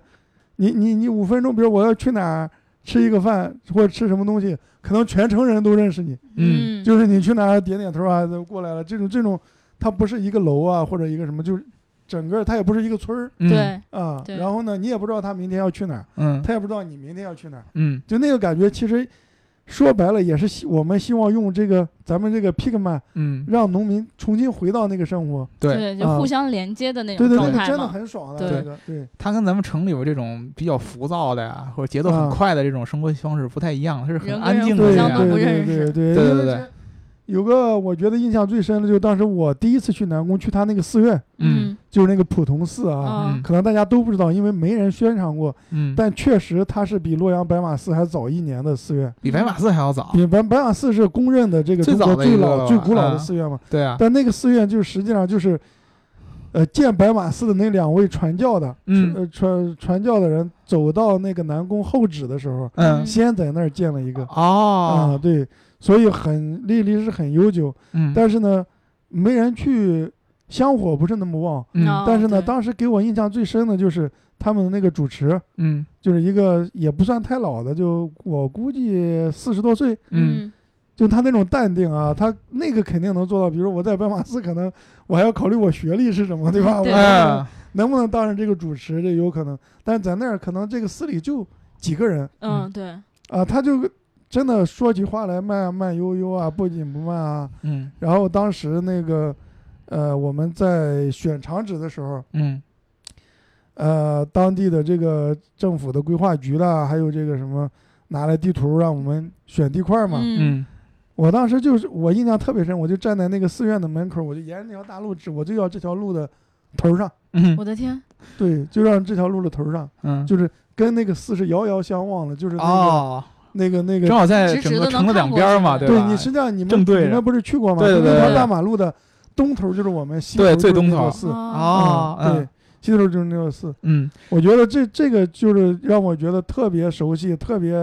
S4: 你你你五分钟，比如我要去哪儿吃一个饭或者吃什么东西，可能全城人都认识你。
S2: 嗯，
S4: 就是你去哪儿点点头啊，就过来了。这种这种，它不是一个楼啊或者一个什么，就是整个它也不是一个村儿
S3: 嗯
S2: 对
S4: 啊。
S2: 对
S4: 然后呢，你也不知道他明天要去哪儿，
S3: 嗯
S4: 他也不知道你明天要去哪儿。
S3: 嗯
S4: 就那个感觉，其实说白了也是希我们希望用这个咱们这个 Pigman
S3: 嗯，
S4: 让农民重新回到那个生活，
S3: 对，
S2: 对，就
S4: 啊
S2: 互相连接的那
S4: 对
S2: 种
S4: 对
S2: 哎状
S4: 对，那
S2: 态
S4: 真的
S2: 嘛。
S4: 很爽的
S2: 对
S4: 这个，对
S3: 它跟咱们城里边这种比较浮躁的呀，或者节奏很
S4: 啊
S3: 快的这种生活方式不太一样，它是很
S2: 人跟
S3: 安
S2: 人
S3: 静
S2: 互
S3: 的
S4: 对
S3: 这
S2: 相
S3: 样
S2: 都
S3: 的，
S2: 不认
S4: 对
S2: 识
S3: 对
S4: 对对因
S3: 对
S4: 为
S3: 对
S4: 这有个我觉得印象最深的，就是当时我第一次去南宫，去他那个寺院，
S3: 嗯
S4: 就是那个普通寺啊，
S2: 啊
S3: 嗯
S4: 可能大家都不知道，因为没人宣传过，
S3: 嗯，
S4: 但确实它是比洛阳白马寺还早一年的寺院，
S3: 比白马寺还要早，
S4: 比白白马寺是公认的这个
S3: 哦最
S4: 中
S3: 早
S4: 国
S3: 的一
S4: 最
S3: 个
S4: 老、
S3: 了
S4: 最
S3: 吧
S4: 古老的
S3: 啊
S4: 寺院嘛。
S3: 对啊，
S4: 但那个寺院就是实际上就是，呃，建白马寺的那两位传教的，
S3: 嗯
S4: 呃传传教的人走到那个南宫后址的时候，
S3: 嗯
S2: 嗯，
S4: 先在那儿建了一个啊、
S3: 哦，
S4: 对，所以很历历史很悠久。
S3: 嗯，
S4: 但是呢，没人去香火不是那么旺，
S3: 嗯
S2: 哦
S4: 但是呢，
S2: 对
S4: 当时给我印象最深的就是他们的那个主持，
S3: 嗯
S4: 就是一个也不算太老的，就我估计四十多岁，
S3: 嗯
S4: 就他那种淡定啊，他那个肯定能做到。比如我在白马寺，可能我还要考虑我学历是什么，对吧？
S2: 对
S4: 我
S3: 哎
S4: 能不能当上这个主持，这有可能。但是在那儿，可能这个寺里就几个人
S2: 嗯，对，
S4: 啊，他就真的说起话来慢慢悠悠啊，不紧不慢啊。
S3: 嗯
S4: 然后当时那个，呃，我们在选场址的时候，
S3: 嗯
S4: 呃，当地的这个政府的规划局啦，还有这个什么拿来地图让我们选地块嘛。
S2: 嗯
S3: 嗯
S4: 我当时就是我印象特别深，我就站在那个寺院的门口，我就沿着那条大路指，我就要这条路的头上，
S3: 嗯
S2: 我的天，
S4: 对，就让这条路的头上，
S3: 嗯，
S4: 就是跟那个寺是遥遥相望的，就是那个、
S3: 哦，
S4: 那个那
S3: 正
S4: 个，
S3: 好在整个城的两边儿嘛，
S2: 直
S4: 对
S3: 吧？
S4: 你实际上你们
S3: 正对着
S4: 你们不是去过吗？
S3: 对对
S4: 就那条
S2: 对
S4: 大马路的东头就是我们，西头
S3: 对
S4: 就是
S3: 最东
S4: 那个
S3: 头
S4: 寺，
S2: 哦，
S3: 哦，
S4: 嗯对，西头就是那个寺，
S3: 嗯，
S4: 我觉得这这个就是让我觉得特别熟悉，特别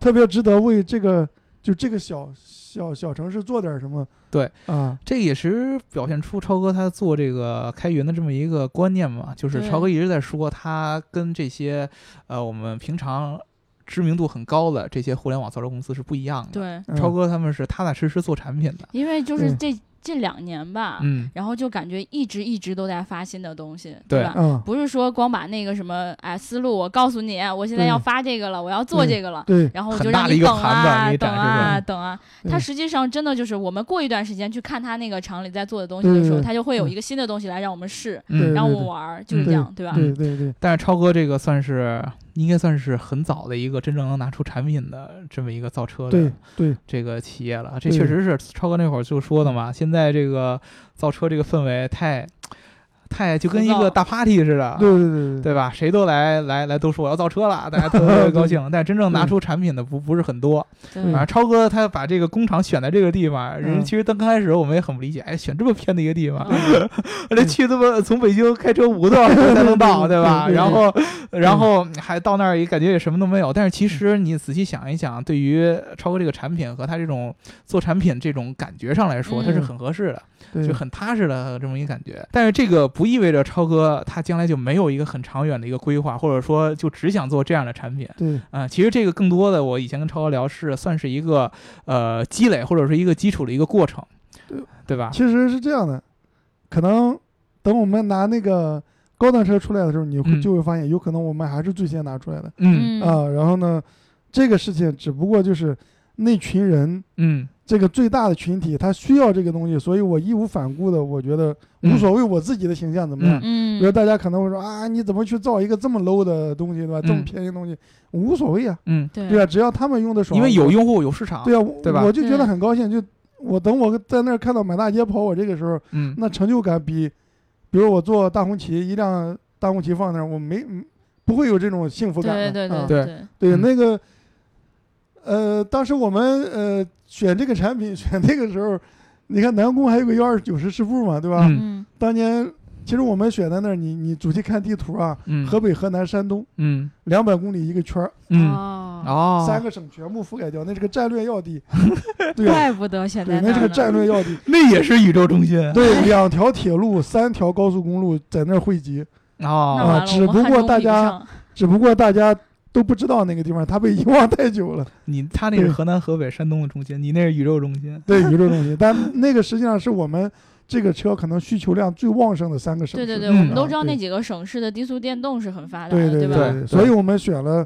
S4: 特别值得为这个就这个小小小城市做点什么。
S3: 对
S4: 啊，
S3: 这也是表现出超哥他做这个开源的这么一个观念嘛，就是
S2: 对
S3: 超哥一直在说他跟这些呃我们平常知名度很高的这些互联网造车公司是不一样的。
S2: 对，
S4: 嗯
S3: 超哥他们是踏踏实实做产品的，
S2: 因为就是
S4: 嗯
S2: 这这两年吧，
S3: 嗯，
S2: 然后就感觉一直一直都在发新的东西，
S3: 对
S2: 吧？
S4: 啊，
S2: 不是说光把那个什么哎思路，我告诉你，我现在
S4: 对
S2: 要发这个了，我要做这个了，
S4: 对，
S2: 然后我
S3: 很
S2: 就
S3: 大
S2: 让
S3: 的一
S2: 你
S3: 个
S2: 等
S3: 盘子
S2: 啊
S3: 你
S2: 等
S3: 展示出
S2: 啊
S3: 来
S2: 等啊，
S4: 对
S2: 它实际上真的就是我们过一段时间去看他那个厂里在做的东西的时候，
S4: 对对
S2: 他就会有
S4: 嗯
S2: 一个新的东西来让我们试，
S3: 嗯
S4: 对，
S2: 让我们玩儿，就是这样，对吧？
S4: 对对对，
S3: 但是超哥这个算是应该算是很早的一个真正能拿出产品的这么一个造车的
S4: 对对
S3: 这个企业了。这
S4: 对
S3: 确实是超哥那会儿就说的嘛，现在这个造车这个氛围太太就跟一
S2: 枯燥
S3: 个大 party 似的，
S4: 对对对
S3: 对吧？谁都来来来都说我要造车了，大家特别高兴。但真正拿
S4: 对
S3: 出产品的不不是很多。
S2: 对
S3: 反正超哥他把这个工厂选在这个地方，人
S4: 嗯
S3: 其实刚开始我们也很不理解，哎，选这么偏的一个地方，
S2: 嗯
S3: 这去他妈从北京开车五个多小时才能到，对吧？
S4: 对对对
S3: 然后，然后还到那儿也感觉也什么都没有。但是其实你仔细想一想，对于超哥这个产品和他这种做产品这种感觉上来说，
S2: 嗯
S3: 它是很合适的，
S4: 对，
S3: 就很踏实的这么一个感觉。但是这个不意味着超哥他将来就没有一个很长远的一个规划，或者说就只想做这样的产品。
S4: 对
S3: 啊、其实这个更多的，我以前跟超哥聊是算是一个呃积累或者是一个基础的一个过程
S4: 对，
S3: 对吧？
S4: 其实是这样的，可能等我们拿那个高端车出来的时候，你会
S3: 嗯
S4: 就会发现，有可能我们还是最先拿出来的
S3: 嗯
S4: 啊。然后呢，这个事情只不过就是那群人。
S3: 嗯
S4: 这个最大的群体，他需要这个东西，所以我义无反顾的，我觉得
S3: 嗯
S4: 无所谓我自己的形象怎么样。比如
S2: 嗯，
S4: 大家可能会说啊，你怎么去造一个这么 low 的东西，对吧？这么
S3: 嗯
S4: 便宜的东西，无所谓啊，
S3: 嗯，
S4: 对啊，只要他们用的爽，
S3: 因为有用户有市场，
S4: 对啊，我
S3: 对吧
S4: 我就觉
S2: 对
S4: 得很高兴，就我等我在那儿看到满大街跑我这个时候，
S3: 嗯
S4: 那成就感比，比如我坐大红旗，一辆大红旗放那儿，我没嗯不会有这种幸福感
S2: 对
S4: 的，
S2: 对
S4: 啊
S3: 对
S2: 对，
S4: 对
S3: 嗯
S4: 那个，呃，当时我们呃选这个产品选这个时候，你看南宫还有个幺二九十师部嘛，对吧？
S3: 嗯
S2: 嗯
S4: 当年其实我们选在那儿，你你仔细看地图啊，
S3: 嗯
S4: 河北、河南、山东
S3: 嗯
S4: 两百公里一个圈儿，
S3: 嗯
S2: 哦，
S3: 哦，
S4: 三个省全部覆盖掉，那是个战略要地，对啊，
S2: 怪不得现在
S4: 对，那是个
S2: 呢
S4: 战略要地，
S3: 那也是宇宙中心
S4: 对，两条铁路、三条高速公路在那儿汇集，
S2: 那
S4: 啊
S3: 哦，
S2: 完了
S4: 只
S2: 我们
S4: 不
S2: 汉
S4: 过
S2: 中
S4: 大
S2: 比不
S4: 家
S2: 上
S4: 只不过大家都不知道那个地方，它被遗忘太久了。
S3: 你他那是河南、河北、山东的中心，你那是宇宙中心。
S4: 对宇宙中心，但那个实际上是我们这个车可能需求量最旺盛的三个省
S2: 对
S4: 市。
S2: 对对，
S3: 嗯
S2: 我们都
S4: 啊
S2: 知道那
S4: 对嗯
S2: 几个省市的低速电动是很发达
S4: 对
S2: 的，
S4: 对
S2: 吧？嗯
S3: 对
S4: 所以我们选了，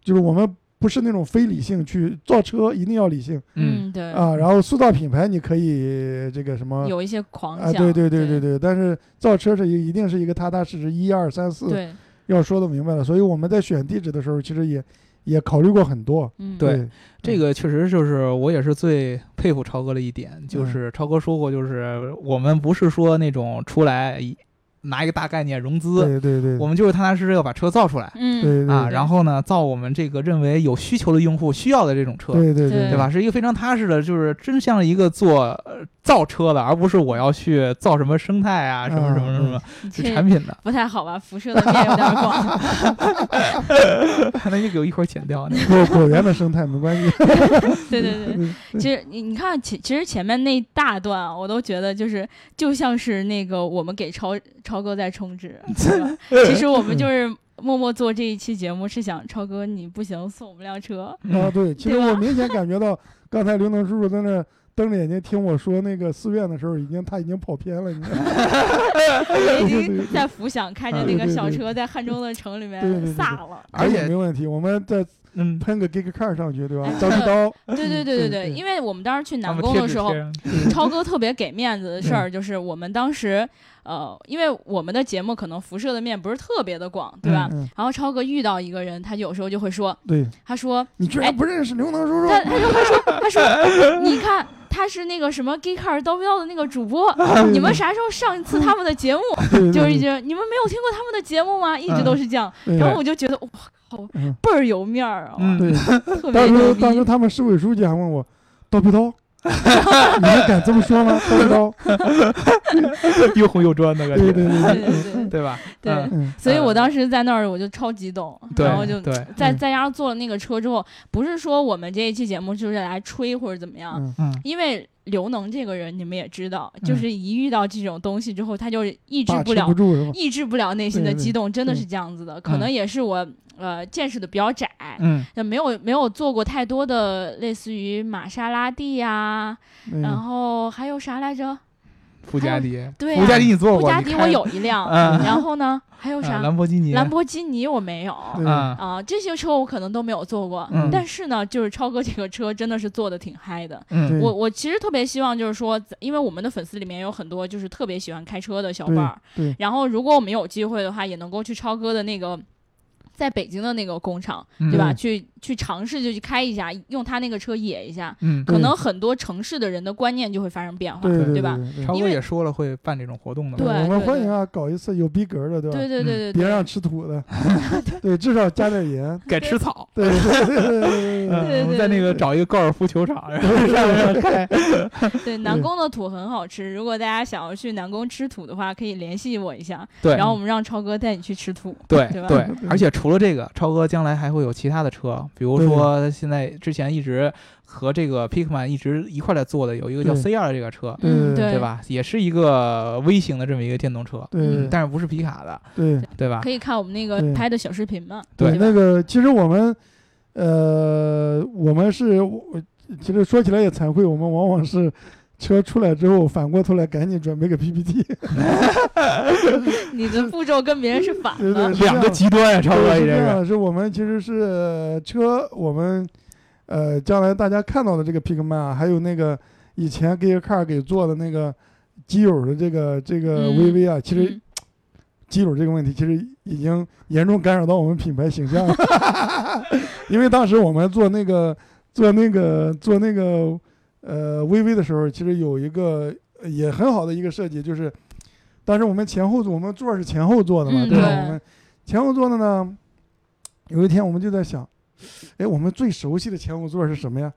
S4: 就是我们不是那种非理性去造车，一定要理性
S2: 嗯，对，
S4: 啊。然后塑造品牌，你可以这个什么
S2: 有一些狂
S4: 啊？
S2: 想，
S4: 对对对
S2: 对
S4: 对对，但是造车是一一定是一个踏踏实实一二三四
S2: 对
S4: 要说的明白了。所以我们在选地址的时候，其实也也考虑过很多。
S2: 嗯，
S3: 对这个确实就是我也是最佩服
S4: 嗯
S3: 超哥的一点，就是超哥说过，就是我们不是说那种出来一拿一个大概念融资，
S4: 对对对，
S3: 我们就是踏踏实实要把车造出来
S2: 嗯，
S4: 对对
S3: 啊，然后呢，造我们这个认为有需求的用户需要的这种车，
S4: 对对
S2: 对
S3: 对吧？是一个非常踏实的，就是真像一个做呃造车的，而不是我要去造什么生态啊，什么什么什么
S2: 你
S3: 是
S2: 这
S3: 产品的。
S2: 不太好吧？辐射的面有点广。
S3: 那你给我一会儿剪掉那个。
S4: 果果园的生态没关系，
S2: 对对对，
S4: 嗯
S2: 其实你你看前其实前面那大段啊，我都觉得就是就像是那个我们给超超哥在充值，对 吧其实我们
S4: 嗯
S2: 就是默默做这一期节目是想超哥你不行送我们辆 车，
S4: 啊，对，其实
S2: 对吧
S4: 我明显感觉到，刚才刘能叔叔在那瞪着眼睛听我说那个寺院的时候，已经他已经跑偏了，你知道吗？
S2: 我已
S4: 对
S2: 经
S4: 啊对
S2: 在浮想看着那个小车在汉中的城里面
S4: 对对对对
S2: 撒了。
S3: 而且
S4: 没问题，我们再
S3: 嗯，
S4: 喷个 gig car 上去，对吧
S2: 哎？
S4: 找一刀，
S2: 对对对对对，
S4: 对
S2: 因为我们当时去
S3: 他
S2: 南
S3: 们
S2: 宫
S3: 贴
S2: 的
S3: 纸
S2: 时候
S3: 贴，嗯上去
S2: 超哥特别给面子的事儿，就是我们当时，呃，因为我们的节目可能辐射的面不是特别的广，对吧？
S4: 嗯嗯
S2: 然后超哥遇到一个人，他有时候就会说，
S4: 对
S2: 他说，
S4: 你居
S2: 哎
S4: 然不认识刘能叔叔，
S2: 他他就会 说，他说，你看他是那个什么 Geeker 叨不叨的那个主播，
S3: 嗯
S2: 你们啥时候上一次他们的节目？
S4: 对
S2: 就是一直你们没有听过他们的节目吗？一直
S3: 嗯
S2: 都是这样。
S4: 对
S2: 然后我就觉得，哇靠
S4: 嗯，
S2: 倍儿有面儿啊，
S3: 嗯
S4: 对，
S2: 特别
S4: 当
S2: 牛
S4: 时当时
S2: 逼。
S4: 他们市委书记还问我，刀 不刀？你们敢这么说吗？刀不刀？
S3: 又红又专的感
S4: 对对
S3: 觉，
S2: 对
S4: 对
S2: 对对
S3: 对吧？
S2: 对
S3: 嗯
S4: 嗯，
S2: 所以我当时在那儿我就超激动，
S3: 对，
S2: 然后就
S3: 对，
S2: 再
S4: 嗯
S2: 再加上坐了那个车之后，不是说我们这一期节目就是来吹或者怎么样，
S4: 嗯
S3: 嗯，
S2: 因为刘能这个人你们也知道，
S3: 嗯
S2: 就是一遇到这种东西之后，他就是 抑制
S4: 把
S2: 不
S4: 持
S2: 了，
S4: 不 住是吧？
S2: 抑制不了内心的
S4: 对对嗯
S2: 激动，真的是这样子的。可能也是我呃见识的比较窄，
S3: 嗯，
S2: 就没有没有做过太多的类似于玛莎拉蒂呀、然
S4: 嗯，
S2: 后还有啥来着？
S3: 布加迪，
S2: 对
S3: 布加
S2: 啊
S3: 迪你坐过？
S2: 布加
S3: 你
S2: 迪
S3: 开
S2: 我有一 啊辆，
S4: 啊
S3: 嗯
S2: 然后呢还有
S3: 啊
S2: 啥？
S3: 兰博基尼，
S2: 兰博基尼我没有。
S4: 对
S3: 啊，
S2: 啊、这些车我可能都没有坐过，
S3: 嗯
S2: 但是呢，就是超哥这个车真的是做的挺嗨的。
S3: 嗯
S4: 对
S2: 我我其实特别希望就是说，因为我们的粉丝里面有很多就是特别喜欢开车的小伴儿，
S4: 对对
S2: 然后如果我们有机会的话，也能够去超哥的那个。在北京的那个工厂，
S3: 嗯
S2: 对吧？
S4: 嗯
S2: 去去尝试就去开一下，用他那个车野一下，
S3: 嗯，
S2: 可
S4: 对
S2: 能很多城市的人的观念就会发生变化。
S4: 对
S3: 对
S4: 吧
S2: 嗯吧？
S4: 对
S3: 嗯超
S2: 因
S3: 哥
S2: 为
S3: 也说了会办这种活动的
S2: 对
S3: 嘛，
S4: 我们
S2: 对
S4: 欢
S2: 对
S4: 迎啊，搞一次有逼格的，对吧？
S2: 对对对对
S4: 别
S2: 对
S4: 让吃 土的，对，至少加点盐。
S3: 改吃草。
S4: 对对对对对对
S2: 对
S3: 嗯，我们在那个
S4: 对
S3: 找一个高尔夫球场，然后上
S2: 嗯
S3: 面开。
S2: 对， 南宫的土很好吃。如果大家想要去南宫吃土的话，可以联系我一下，
S3: 对，
S2: 然后我们让超哥带你去吃土。
S3: 对
S2: 对吧
S4: 对
S3: 而且除了这个，超哥将来还会有其他的车，比如说现在之前一直和这个 Pickman 一直一块儿在做的有一个叫
S4: 对
S3: C 二的这个车，
S4: 对
S2: 嗯，
S4: 对对
S3: 对吧？也是一个微型的这么一个电动车，
S4: 对
S3: 但是不是皮卡的，
S2: 嗯
S4: 对
S3: 对吧
S2: 可？以看我们那个
S4: 对
S2: 拍的小视频嘛？
S3: 对
S2: 吧
S4: 那个其实我们，呃，我们是，我其实说起来也惭愧，我们往往是车出来之后，反过头来赶紧准备个 PPT，
S2: 你的步骤跟别人是反
S4: 对对
S2: 的。嗯
S4: 是这
S3: 两
S4: 样
S3: 个极端呀，啊超哥你
S4: 对是
S3: 这
S4: 这样
S3: 个，
S4: 的，是我们其实是呃车，我们呃将来大家看到的这个 Pickman，啊还有那个以前 g e a Car 给做的那个基友的这个这个
S2: 嗯
S4: VV 啊，其实
S2: 嗯
S4: 基友这个问题其实已经严重干扰到我们品牌形象了， 因为当时我们做那个做那个做那个呃 VV 的时候，其实有一个呃也很好的一个设计，就是当时我们前后座，我们座是前后座的嘛，
S2: 嗯
S4: 吧？
S2: 对
S4: 我们前后座的呢，有一天我们就在想，哎，我们最熟悉的前后座是什么呀？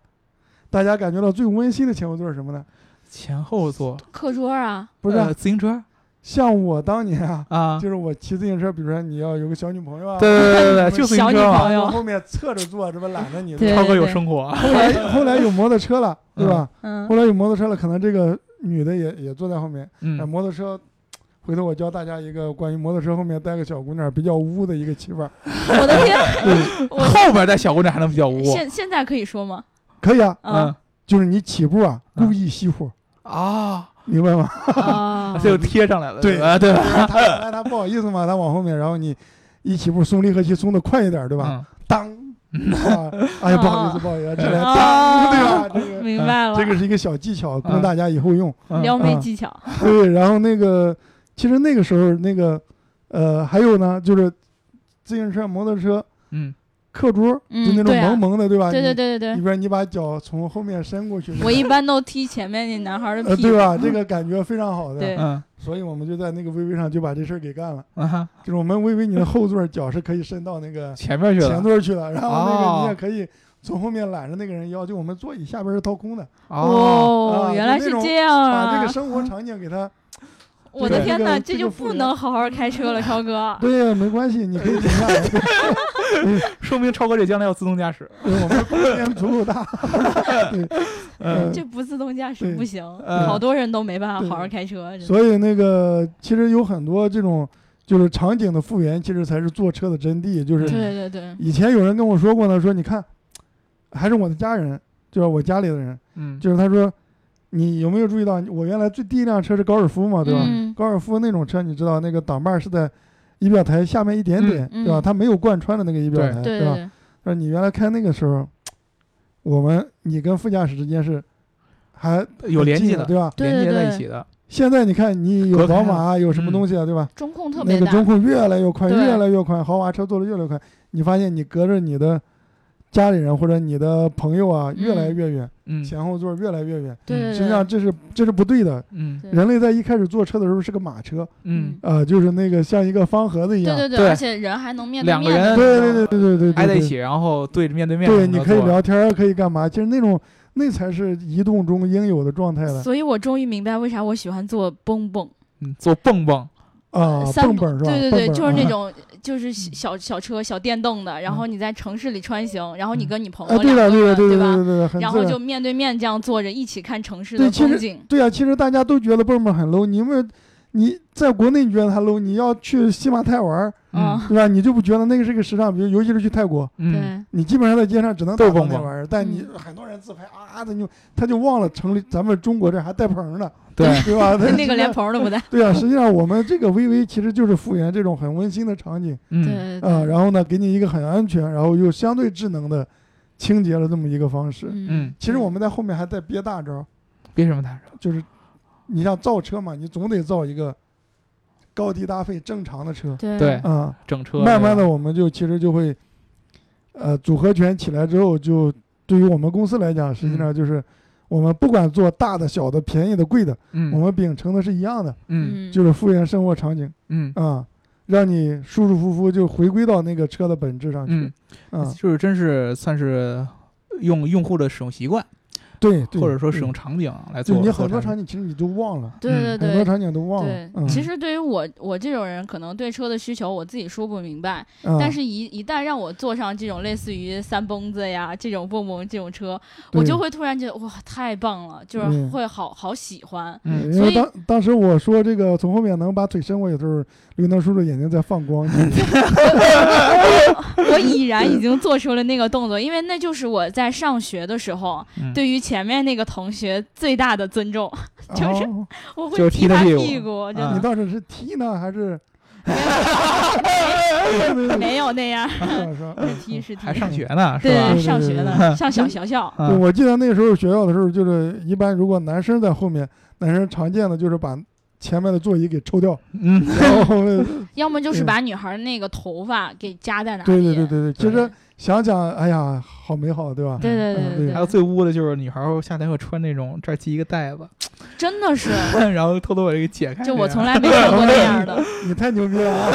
S4: 大家感觉到最温馨的前后座是什么呢？
S3: 前后座
S2: 课桌啊，
S4: 不是啊、
S3: 呃自行车
S4: 像我当年啊，
S3: 啊，
S4: 就是我骑自行车，比如说你要有个小女朋友啊，
S3: 对对对对对，就自行
S2: 小女
S3: 车嘛
S2: 朋，友
S4: 后面侧着坐，这不揽着你的。
S2: 对
S3: 超哥有生活，啊
S4: 后来 后来有摩托车了，对吧？
S2: 嗯
S4: 后，来有摩托车了，可能这个女的也也坐在后面。哎，
S3: 嗯，
S4: 摩托车，回头我教大家一个关于摩托车后面带个小姑娘比较污的一个骑法，
S2: 我的
S4: 嗯
S2: 天， 我
S3: 后边带小姑娘还能比较污，
S2: 现现在可以说吗？
S4: 可以啊，
S2: 啊
S3: 嗯
S4: 就是你起步啊，
S3: 嗯
S4: 故意熄火，
S3: 啊，
S4: 明白吗？哦
S2: 啊，
S3: 这就贴上来了，
S4: 对哎
S3: 吧对吧？
S4: 他本来他不好意思嘛，他往后面，然后你一起步松离合器松的快一点，对吧？
S3: 嗯，
S4: 当， 啊哎呀，不好意思，不好意思，这来当，对吧？这 个
S2: 明白了，
S4: 嗯这个是一个小技巧，供大家以后用。
S3: 嗯
S2: 撩妹
S4: 啊
S2: 技巧，
S4: 对，然后那个，其实那呃个时候那个，呃，还有呢，就是自行车、摩托车
S3: 嗯
S4: 课桌，就
S2: 嗯
S4: 那种
S2: 对啊
S4: 萌萌的，对吧？
S2: 对对对对
S4: 你。一
S2: 对，
S4: 边你把脚从后面伸过去，
S2: 我一般都踢前面那男孩的
S4: 呃，
S2: 屁股，
S4: 对吧？啊这个感觉非常好的，
S2: 对
S3: 嗯
S4: 所以我们就在那个微微上就把这事儿给干了。
S3: 啊哈，
S4: 就是我们微微你的后座脚是可以伸到那个
S3: 前面去
S4: 前
S3: 了，
S4: 座去了，然后那个你
S3: 哦
S4: 也可以从后面揽着那个人腰，就我们座椅下边是掏空的，
S3: 哦，
S4: 啊
S2: 原来
S4: 就是那种
S2: 这样
S4: 把这
S2: 啊
S4: 个！生活场景给他。
S2: 我的
S4: 对
S2: 天
S4: 这个
S2: 哪，
S4: 这
S2: 就
S4: 个复
S2: 不
S4: 原
S2: 能好好开车了，超哥。
S4: 对呀，没关系，你可以停下来。
S3: 说明超哥这将来要自动驾驶。
S4: 对，我们空间足 够大。对呃
S2: 这不自动驾驶
S4: 对嗯
S2: 不行，
S3: 呃
S2: 好多人都没办法
S4: 对
S2: 好好开车。真的
S4: 所以那个其实有很多这种就是场景的复原，其实才是坐车的真谛。就是
S2: 对对对，
S4: 以前有人跟我说过呢，说你看，还是我的家人，就是我家里的人，
S3: 嗯，
S4: 就是他说，你有没有注意到，我原来最第一辆车是高尔夫嘛，对吧？
S2: 嗯
S4: 高尔夫那种车，你知道那个挡把是在仪表台下面一点点，
S2: 嗯嗯
S4: 对吧？它没有贯穿的那个仪表台，
S2: 对
S4: 吧？
S2: 对
S4: 但是你原来开那个时候，我们你跟副驾驶之间是还
S3: 有联系
S4: 近
S3: 嗯的，
S4: 对吧？
S2: 对
S3: 连接
S2: 对
S3: 在一
S2: 对
S3: 起的。
S4: 现在你看，你有
S3: 隔开
S4: 宝
S3: 了
S4: 马，有什么
S3: 嗯
S4: 东西啊，对吧？
S2: 中控特
S4: 那
S2: 别
S4: 个
S2: 大
S4: 中，控越来越宽，
S2: 对
S4: 越来越宽，豪华车做的越来越宽。你发现你隔着你的家里人或者你的朋友啊，越来越远，
S3: 嗯
S4: 前后座越来越远。
S2: 对对对，
S4: 嗯实际上这是这是不对的。
S3: 嗯
S2: 对
S4: 人类在一开始坐车的时候是个马车，
S3: 嗯，
S4: 啊，就是那个像一个方盒子一
S2: 对
S4: 样，
S2: 对
S3: 对
S2: 而且人还能面
S3: 两个
S2: 面的那
S3: 人
S4: 对
S2: 种
S4: 对对对对对，
S3: 挨在一
S4: 对
S3: 起，然后对着面对面。
S4: 对，你可以。聊天儿，可以干嘛？其实那种那才是移动中应有的状态了
S2: 所以我终于明白为啥我喜欢坐蹦蹦
S3: 嗯，做蹦蹦。
S4: 啊，
S2: 三
S4: 蹦蹦是吧？
S2: 对对对，
S4: 蹦蹦
S2: 就是那
S4: 啊
S2: 种就是小小车、小电动的，然后你在城市里穿行，然后你跟你朋
S4: 哎，
S2: 友
S4: 对
S2: 两个
S4: 的对
S2: 人对
S4: 的对的
S2: 吧？
S4: 对的，很
S2: 然
S4: 自
S2: 后
S4: 然
S2: 就面对面这样坐着一起看城市
S4: 对
S2: 的
S4: 其实
S2: 风景。
S4: 对啊，其实大家都觉得蹦蹦很 low，你们你在国内你觉得它 low，你要去西马泰玩儿，
S2: 嗯
S3: 嗯，
S4: 对吧？你就不觉得那个是个时尚，比如尤其是去泰国，
S3: 嗯，
S4: 你基本上在街上只能打
S3: 都是
S4: 到
S3: 蹦
S4: 那
S3: 蹦
S4: 玩意儿，但你
S2: 嗯
S4: 很多人自拍啊啊的，你就他就忘了城里咱们中国这还带棚呢，
S3: 对，
S4: 对吧？
S2: 对，
S4: 他
S2: 那个连朋友都不带。
S4: 对啊，实际上我们这个微微其实就是复原这种很温馨的场景
S2: 对
S3: 嗯，
S2: 对
S4: 啊、
S2: 对，
S4: 然后呢，给你一个很安全，然后又相对智能的清洁了这么一个方式。
S2: 嗯
S3: 嗯，
S4: 其实我们在后面还在憋大招儿，
S3: 别什么大招。
S4: 就是你像造车嘛，你总得造一个高低搭配正常的车
S2: 对
S3: 对
S4: 啊、
S3: 整车。
S4: 慢慢的，我们就其实就会，呃，组合拳起来之后，就对于我们公司来讲，实际
S3: 嗯
S4: 上就是我们不管做大的、小的、便宜的、贵的，
S3: 嗯，
S4: 我们秉承的是一样的，
S3: 嗯
S2: 嗯，
S4: 就是复原生活场景
S3: 嗯
S4: 啊、让你舒舒服服就回归到那个车的本质上去
S3: 嗯，
S4: 啊、
S3: 就是真是算是用用户的使用习惯，
S4: 对，对
S3: 或者说使用
S4: 对
S3: 场景啊来做。
S4: 就你很多
S3: 做
S4: 场
S3: 产品。
S4: 景其实你都忘了，
S2: 对对
S3: 嗯
S4: 很多
S2: 对。
S4: 场景都忘了
S2: 对。，
S4: 嗯、
S2: 其实对于我我这种人，可能对车的需求我自己说不明白，
S4: 嗯，
S2: 但是一一旦让我坐上这种类似于三蹦子呀这种蹦蹦这种车，我
S4: 对
S2: 就会突然觉得哇太棒了，就是
S4: 对
S2: 会好好喜欢。
S3: 嗯
S4: 因
S2: 所
S4: 为
S2: 以
S4: 当当时我说这个从后面能把腿伸过去的时候，刘能叔叔眼睛在放 光，
S2: 我已然已经做出了那个动作，因为那就是我在上学的时候
S3: 嗯，
S2: 对于前面那个同学最大的尊重，就是
S4: 哦
S2: 我
S3: 就
S2: 会
S3: 是踢他
S2: 他
S3: 屁股
S2: 屁股，真
S4: 你
S2: 的
S3: 啊
S4: 到底是踢呢 还是？
S2: 没有那样，
S4: 是吧
S2: 是踢是踢
S3: 还，上学呢，是吧
S2: 对，
S3: 嗯
S4: 对
S2: 上学
S4: 对
S2: 呢，上小学 校，
S3: 啊
S4: 对，我记得那时候学校的时候，就是一般如果男生在后面，男生常见的就是把前面的座椅给抽掉，
S3: 嗯，
S4: 然后呢
S2: 要么就是把女孩那个头发给夹在哪里，
S4: 嗯对对对对对，其实想想，哎呀，好美好，对 吧？
S2: 对对
S4: 嗯
S2: 对
S4: 对
S3: 还有最污的就是女孩儿夏天会穿那种这儿系一个带子，
S2: 真的 是，
S3: 然后偷偷把这个解开。
S2: 就
S4: 啊
S2: 我从来没见过那样 的。
S4: 你太牛逼了啊！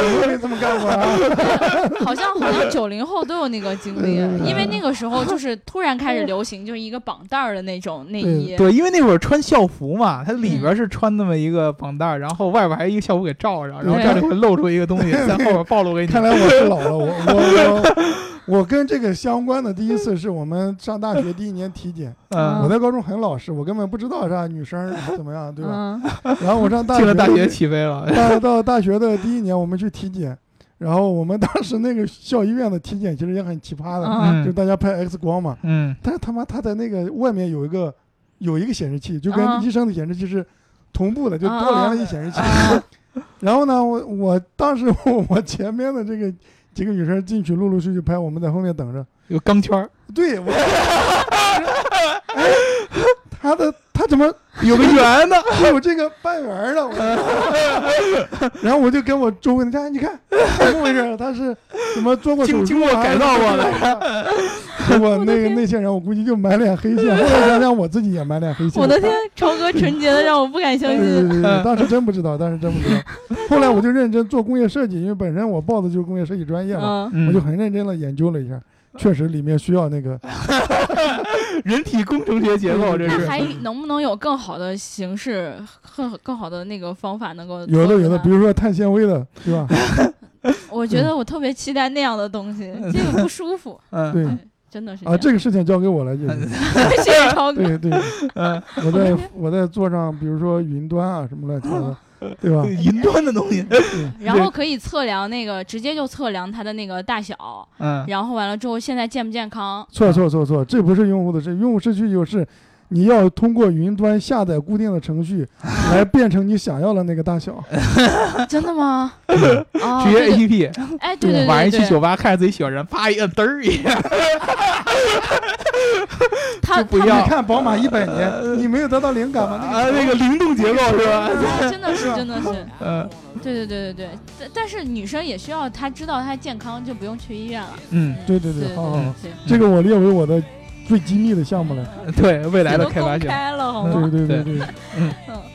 S4: 我也没这么干过啊。
S2: 好像好像九零后都有那个经历，
S4: 嗯
S2: 因为那个时候就是突然开始流行，就是一个绑带儿的那种内衣。
S3: 对，因为那会儿穿校服嘛，它
S2: 嗯
S3: 里边是穿那么一个绑带儿，然后外边还一个校服给罩上，然后这样就会露出一 个东西在后边暴露给你
S4: 看。来我是老了，我我我我跟这个相关的第一次是我们上大学第一年体检，我
S3: 嗯，
S4: 在高中很老实，我根本不知道啥女生怎么样，对吧？
S2: 嗯，
S4: 然后我上大
S3: 进了大学
S4: 学，
S3: 起飞了。
S4: 大到大学的第一年，我们去体检，然后我们当时那个校医院的体检其实也很奇葩的，
S2: 嗯
S4: 就大家拍 X 光嘛，
S3: 嗯
S4: 但是他妈他在那个外面有一个有一个显示器，就
S2: 啊
S4: 跟医生的显示器是同步的，就多连了一显示器。
S2: 啊
S4: 然后呢，我我当时 我我前面的这个几个女生进去，陆陆续续拍，我们在后面等着。
S3: 有 钢圈儿，
S4: 对，我，哎，他的他怎么
S3: 有个圆的，
S4: 还 有这个半圆儿的，我 然后我就跟我周围的哎看，你看 怎么回事？他是怎么做过手术
S3: 经经过
S4: 啊
S3: 改造过的？
S4: 我那个那些人，我估计就满脸黑线。 后来想想，我自己也满脸黑线。
S2: 我的天，超哥纯洁的让我不敢相
S4: 对！对
S2: 信。
S4: 对对对，当时真不知道，当时真不知道。后来我就认真做工业设计，因为本身我报的就是工业设计专业嘛，
S2: 嗯，
S3: 嗯
S4: 我就很认真的研究了一下，确实里面需要那个
S3: 人体工程学结构，这
S2: 那
S3: 是
S2: 还能不能有更好的形式、更更好的那个方法能够？
S4: 有的有的，比，如嗯说碳纤维的，对吧？
S2: 我觉得我特别期待那样的东 西，这个不舒服，
S3: 嗯
S4: 对
S2: 哎真的是
S4: 啊，这个事情交给我来解决。
S2: 个 谢谢超哥。
S4: 对对，
S2: 啊
S3: 嗯，
S4: 我在我在做上，比如说云端啊什么乱七八糟， 对吧？
S3: 云端的 东西，
S2: 然后可以测量那个，直接就测量它的那个大小，
S3: 嗯
S2: 然后完了之后现在健不健康？
S4: 错错错错，这不是用户的事，用户失去就是你要通过云端下载固定的 程序来变成你想要的那个大小。
S2: 真的吗？ 哦，
S3: 啊直接
S2: 这
S3: A
S2: 个
S3: P P，
S2: 哎，对对
S3: 晚上
S2: 对
S3: 一去
S2: 对，
S3: 酒吧，看着自己喜欢人，啪一摁，嘚儿一下，
S2: 他
S3: 就不一
S2: 他
S3: 样
S4: 你看宝马一百年，你没有得到灵感吗？ 那
S3: 啊，那个灵动结构是 吧？
S2: 啊真 的是真的是，
S3: 嗯
S2: 对对对对对，但但是女生也需要她知道她健康，就不用去医院了。
S3: 嗯，
S4: 对对对
S2: 对
S4: 好好好
S3: 哦
S2: 对
S4: 这个我列为我的最机密的项目了。
S3: 对未来
S2: 这
S3: 的
S2: 都
S3: 开发
S2: 公
S3: 项
S2: 开了，好吗？
S4: 对对
S3: 哦对
S4: 对对，，
S2: 嗯，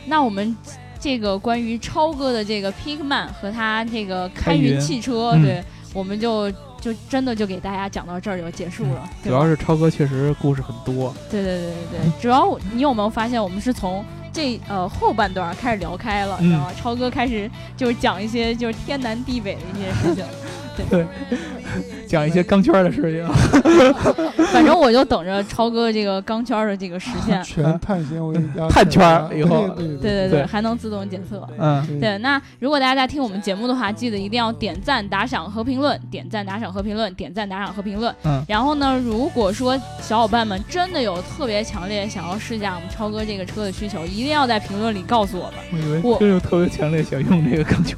S2: 那我们这个关于超哥的这个 Pickman 和他这个开
S3: 开
S2: 云
S3: 云
S2: 汽车，
S3: 嗯
S2: 对，我们就就真的就给大家讲到这儿就结束了，
S3: 目，
S2: 对
S3: 主要
S2: 吧？
S3: 是超哥确实故事很多，
S2: 对对对对对，主要我你有没有发现，我们是从这呃后半段开始聊开了，
S3: 嗯
S2: 然后超哥开始就是讲一些就是天南地北的一些 事情，
S3: 讲一些钢圈的事情，
S2: 反正我就等着超哥这个钢圈儿的这个实现
S4: 全碳纤维加
S3: 啊嗯碳圈儿
S4: 可达
S3: 以后
S4: 对对
S2: 对对
S3: 对
S2: 对，还能自动检测。
S3: 嗯，
S4: 对
S2: 对，那如果大家在听我们节目的话，记得一定要点赞、打赏和评论，点赞、打赏和评论，点赞、打赏和评论。
S3: 嗯
S2: 然后呢，如果说小伙伴们真的有特别强烈想要试驾我们超哥这个车的需求，一定要在评论里告诉我们。
S3: 我以为
S2: 我
S3: 真有特别强烈想用这个钢圈，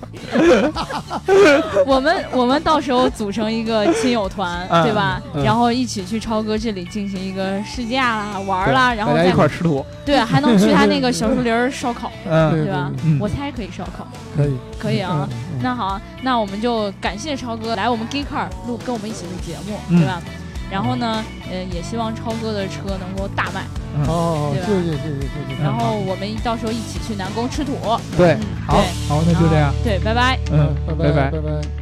S2: 我们我们到时候组成一个亲友团，
S3: 嗯
S2: 对吧？
S3: 嗯
S2: 然后一起去超哥这里进行一个试驾啦、玩儿
S3: 对
S2: 啦，然后
S3: 大
S2: 再
S3: 家一块儿吃土，
S2: 对，还能去他那个小树林儿烧烤，
S3: 嗯
S4: 对
S2: 对吧？
S3: 嗯
S2: 我猜可以烧烤，
S4: 可以
S2: 可以啊。
S4: 嗯嗯
S2: 那好，那我们就感谢超哥来我们 Geek Car 录跟我们一起录节目，
S3: 嗯
S2: 对吧？然后呢，呃，也希望超哥的车能够大卖，
S4: 好好好，
S2: 对
S4: 谢
S2: 吧
S4: 谢谢谢谢
S3: 嗯
S4: 谢。
S2: 然后我们到时候一起去南宫吃土。
S3: 对
S2: 嗯，
S3: 哎好
S2: 对
S3: 好，那就这样，
S2: 对，拜拜。
S3: 嗯，
S4: 拜
S3: 拜
S4: 拜拜拜。